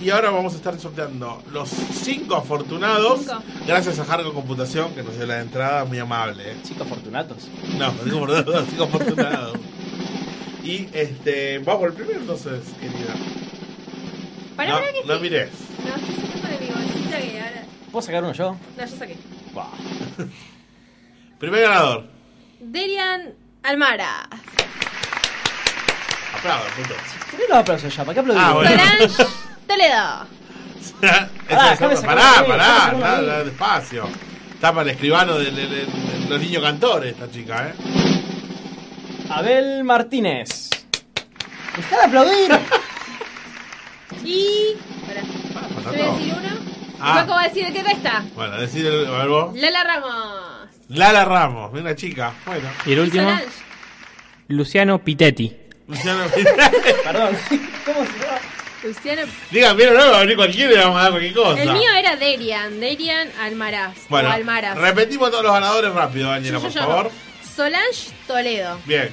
Speaker 10: Y ahora vamos a estar sorteando los 5 afortunados.
Speaker 11: Cinco.
Speaker 10: Gracias a Jargo Computación, que nos dio la entrada, muy amable. ¿eh?
Speaker 4: Chicos fortunatos.
Speaker 10: No, digo afortunados, digo afortunados. Y este, vamos al primero entonces, querida.
Speaker 11: Pará,
Speaker 10: no,
Speaker 11: pará que
Speaker 10: no
Speaker 11: estoy-
Speaker 10: mires.
Speaker 11: No, estoy sacando de mi bolsita que ahora.
Speaker 4: ¿Puedo sacar uno yo?
Speaker 11: No, yo saqué.
Speaker 10: Primer ganador.
Speaker 11: Derian Almara.
Speaker 10: Aplaudo, puto.
Speaker 4: Tenés los aplausos ya, ¿para qué aplaudir?
Speaker 10: Ah, bueno.
Speaker 11: Toledo.
Speaker 10: Ese es
Speaker 4: déjame
Speaker 10: otro.
Speaker 4: sacarlo
Speaker 10: pará,
Speaker 4: a mí, déjame
Speaker 10: pará,
Speaker 4: sacarlo a
Speaker 10: nada,
Speaker 4: mí.
Speaker 10: nada, despacio. Está para el escribano de, de- de- de los niños cantores, esta chica, ¿eh?
Speaker 4: Abel Martínez. ¡Está de aplaudir!
Speaker 11: Y. Pará. Yo voy a
Speaker 10: todo.
Speaker 11: decir uno.
Speaker 10: Ah.
Speaker 11: Y Paco va a decir, ¿qué resta?
Speaker 10: Bueno, decide el a ver vos.
Speaker 11: Lala Ramos.
Speaker 10: Lala Ramos, una chica. Bueno.
Speaker 12: Y el último,
Speaker 11: Solange.
Speaker 12: Luciano Pitetti.
Speaker 10: Luciano
Speaker 4: Perdón. ¿Cómo se llama?
Speaker 11: Luciano.
Speaker 10: Digan, mira, no, va a venir cualquiera y le vamos a dar cualquier cosa.
Speaker 11: El mío era Derian. Derian Almaraz.
Speaker 10: Bueno,
Speaker 11: o Almaraz.
Speaker 10: repetimos todos los ganadores rápido, Daniela,
Speaker 11: Yo, yo,
Speaker 10: por
Speaker 11: yo.
Speaker 10: favor.
Speaker 11: Solange Toledo.
Speaker 10: Bien,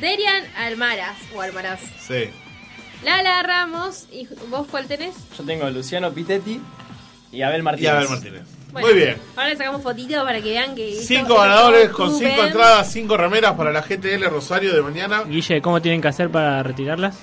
Speaker 11: Derian Almaraz. O Almaraz.
Speaker 10: sí.
Speaker 11: Lala Ramos. ¿Y vos cuál tenés?
Speaker 4: Yo tengo a Luciano Pitetti y Abel Martínez.
Speaker 10: Abel Martínez.
Speaker 11: Bueno,
Speaker 10: Muy bien.
Speaker 11: Ahora le sacamos fotito para que vean que.
Speaker 10: Cinco ganadores con
Speaker 11: cinco
Speaker 10: cinco entradas, cinco remeras para la GTL Rosario de mañana.
Speaker 12: Guille, ¿cómo tienen que hacer para retirarlas?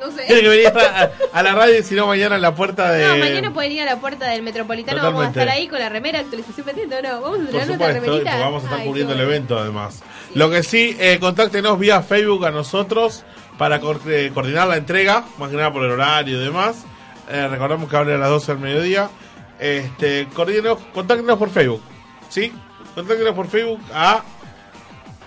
Speaker 11: No sé.
Speaker 10: Tiene que venir a, a la radio, si no mañana en la puerta de...
Speaker 11: No, mañana pueden ir a la puerta del Metropolitano, vamos a
Speaker 10: Eh, Totalmente.
Speaker 11: estar ahí con la remera, actualización pendiente, ¿o no? Vamos a
Speaker 10: Por
Speaker 11: entregar
Speaker 10: supuesto,
Speaker 11: nuestra
Speaker 10: y
Speaker 11: remerita.
Speaker 10: porque vamos a estar
Speaker 11: Ay,
Speaker 10: cubriendo
Speaker 11: qué
Speaker 10: el evento además. Lo que sí, eh, contáctenos vía Facebook a nosotros para cor- eh, coordinar la entrega, más que nada por el horario y demás. Eh, recordamos que abre a las 12 del mediodía. Este, coordínenos, contáctenos por Facebook. ¿Sí? Contáctenos por Facebook a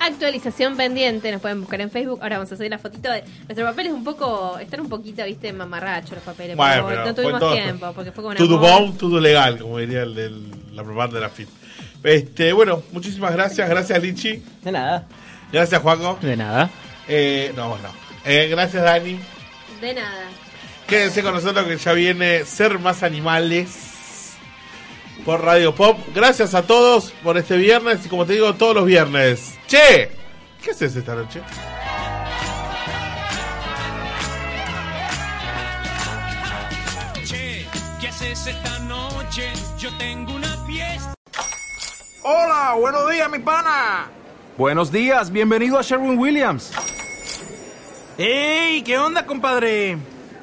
Speaker 11: Actualización pendiente, nos pueden buscar en Facebook. Ahora vamos a hacer la fotito. De... Nuestro papel es un poco. Están un poquito, viste, mamarracho los papeles.
Speaker 10: Bueno,
Speaker 11: pero
Speaker 10: pero
Speaker 11: no
Speaker 10: fue
Speaker 11: tuvimos
Speaker 10: todo-
Speaker 11: tiempo, porque fue con una.
Speaker 10: Tudo
Speaker 11: moda.
Speaker 10: Bom, Tudo Legal, como diría el de la propaganda de la FIT. Este, bueno, muchísimas gracias. Gracias, Lichi.
Speaker 4: De nada.
Speaker 10: Gracias, Juaco.
Speaker 12: De nada.
Speaker 10: Eh, no, vos no. Eh, gracias, Dani.
Speaker 11: De nada.
Speaker 10: Quédense con nosotros que ya viene Ser Más Animales por Radio Pop. Gracias a todos por este viernes y como te digo, todos los viernes. Che, ¿qué haces esta noche?
Speaker 14: Che, ¿qué haces esta noche? Yo tengo una fiesta.
Speaker 15: Hola, buenos días, mi pana.
Speaker 16: Buenos días, bienvenido a Sherwin Williams.
Speaker 15: ¡Ey! ¿Qué onda, compadre?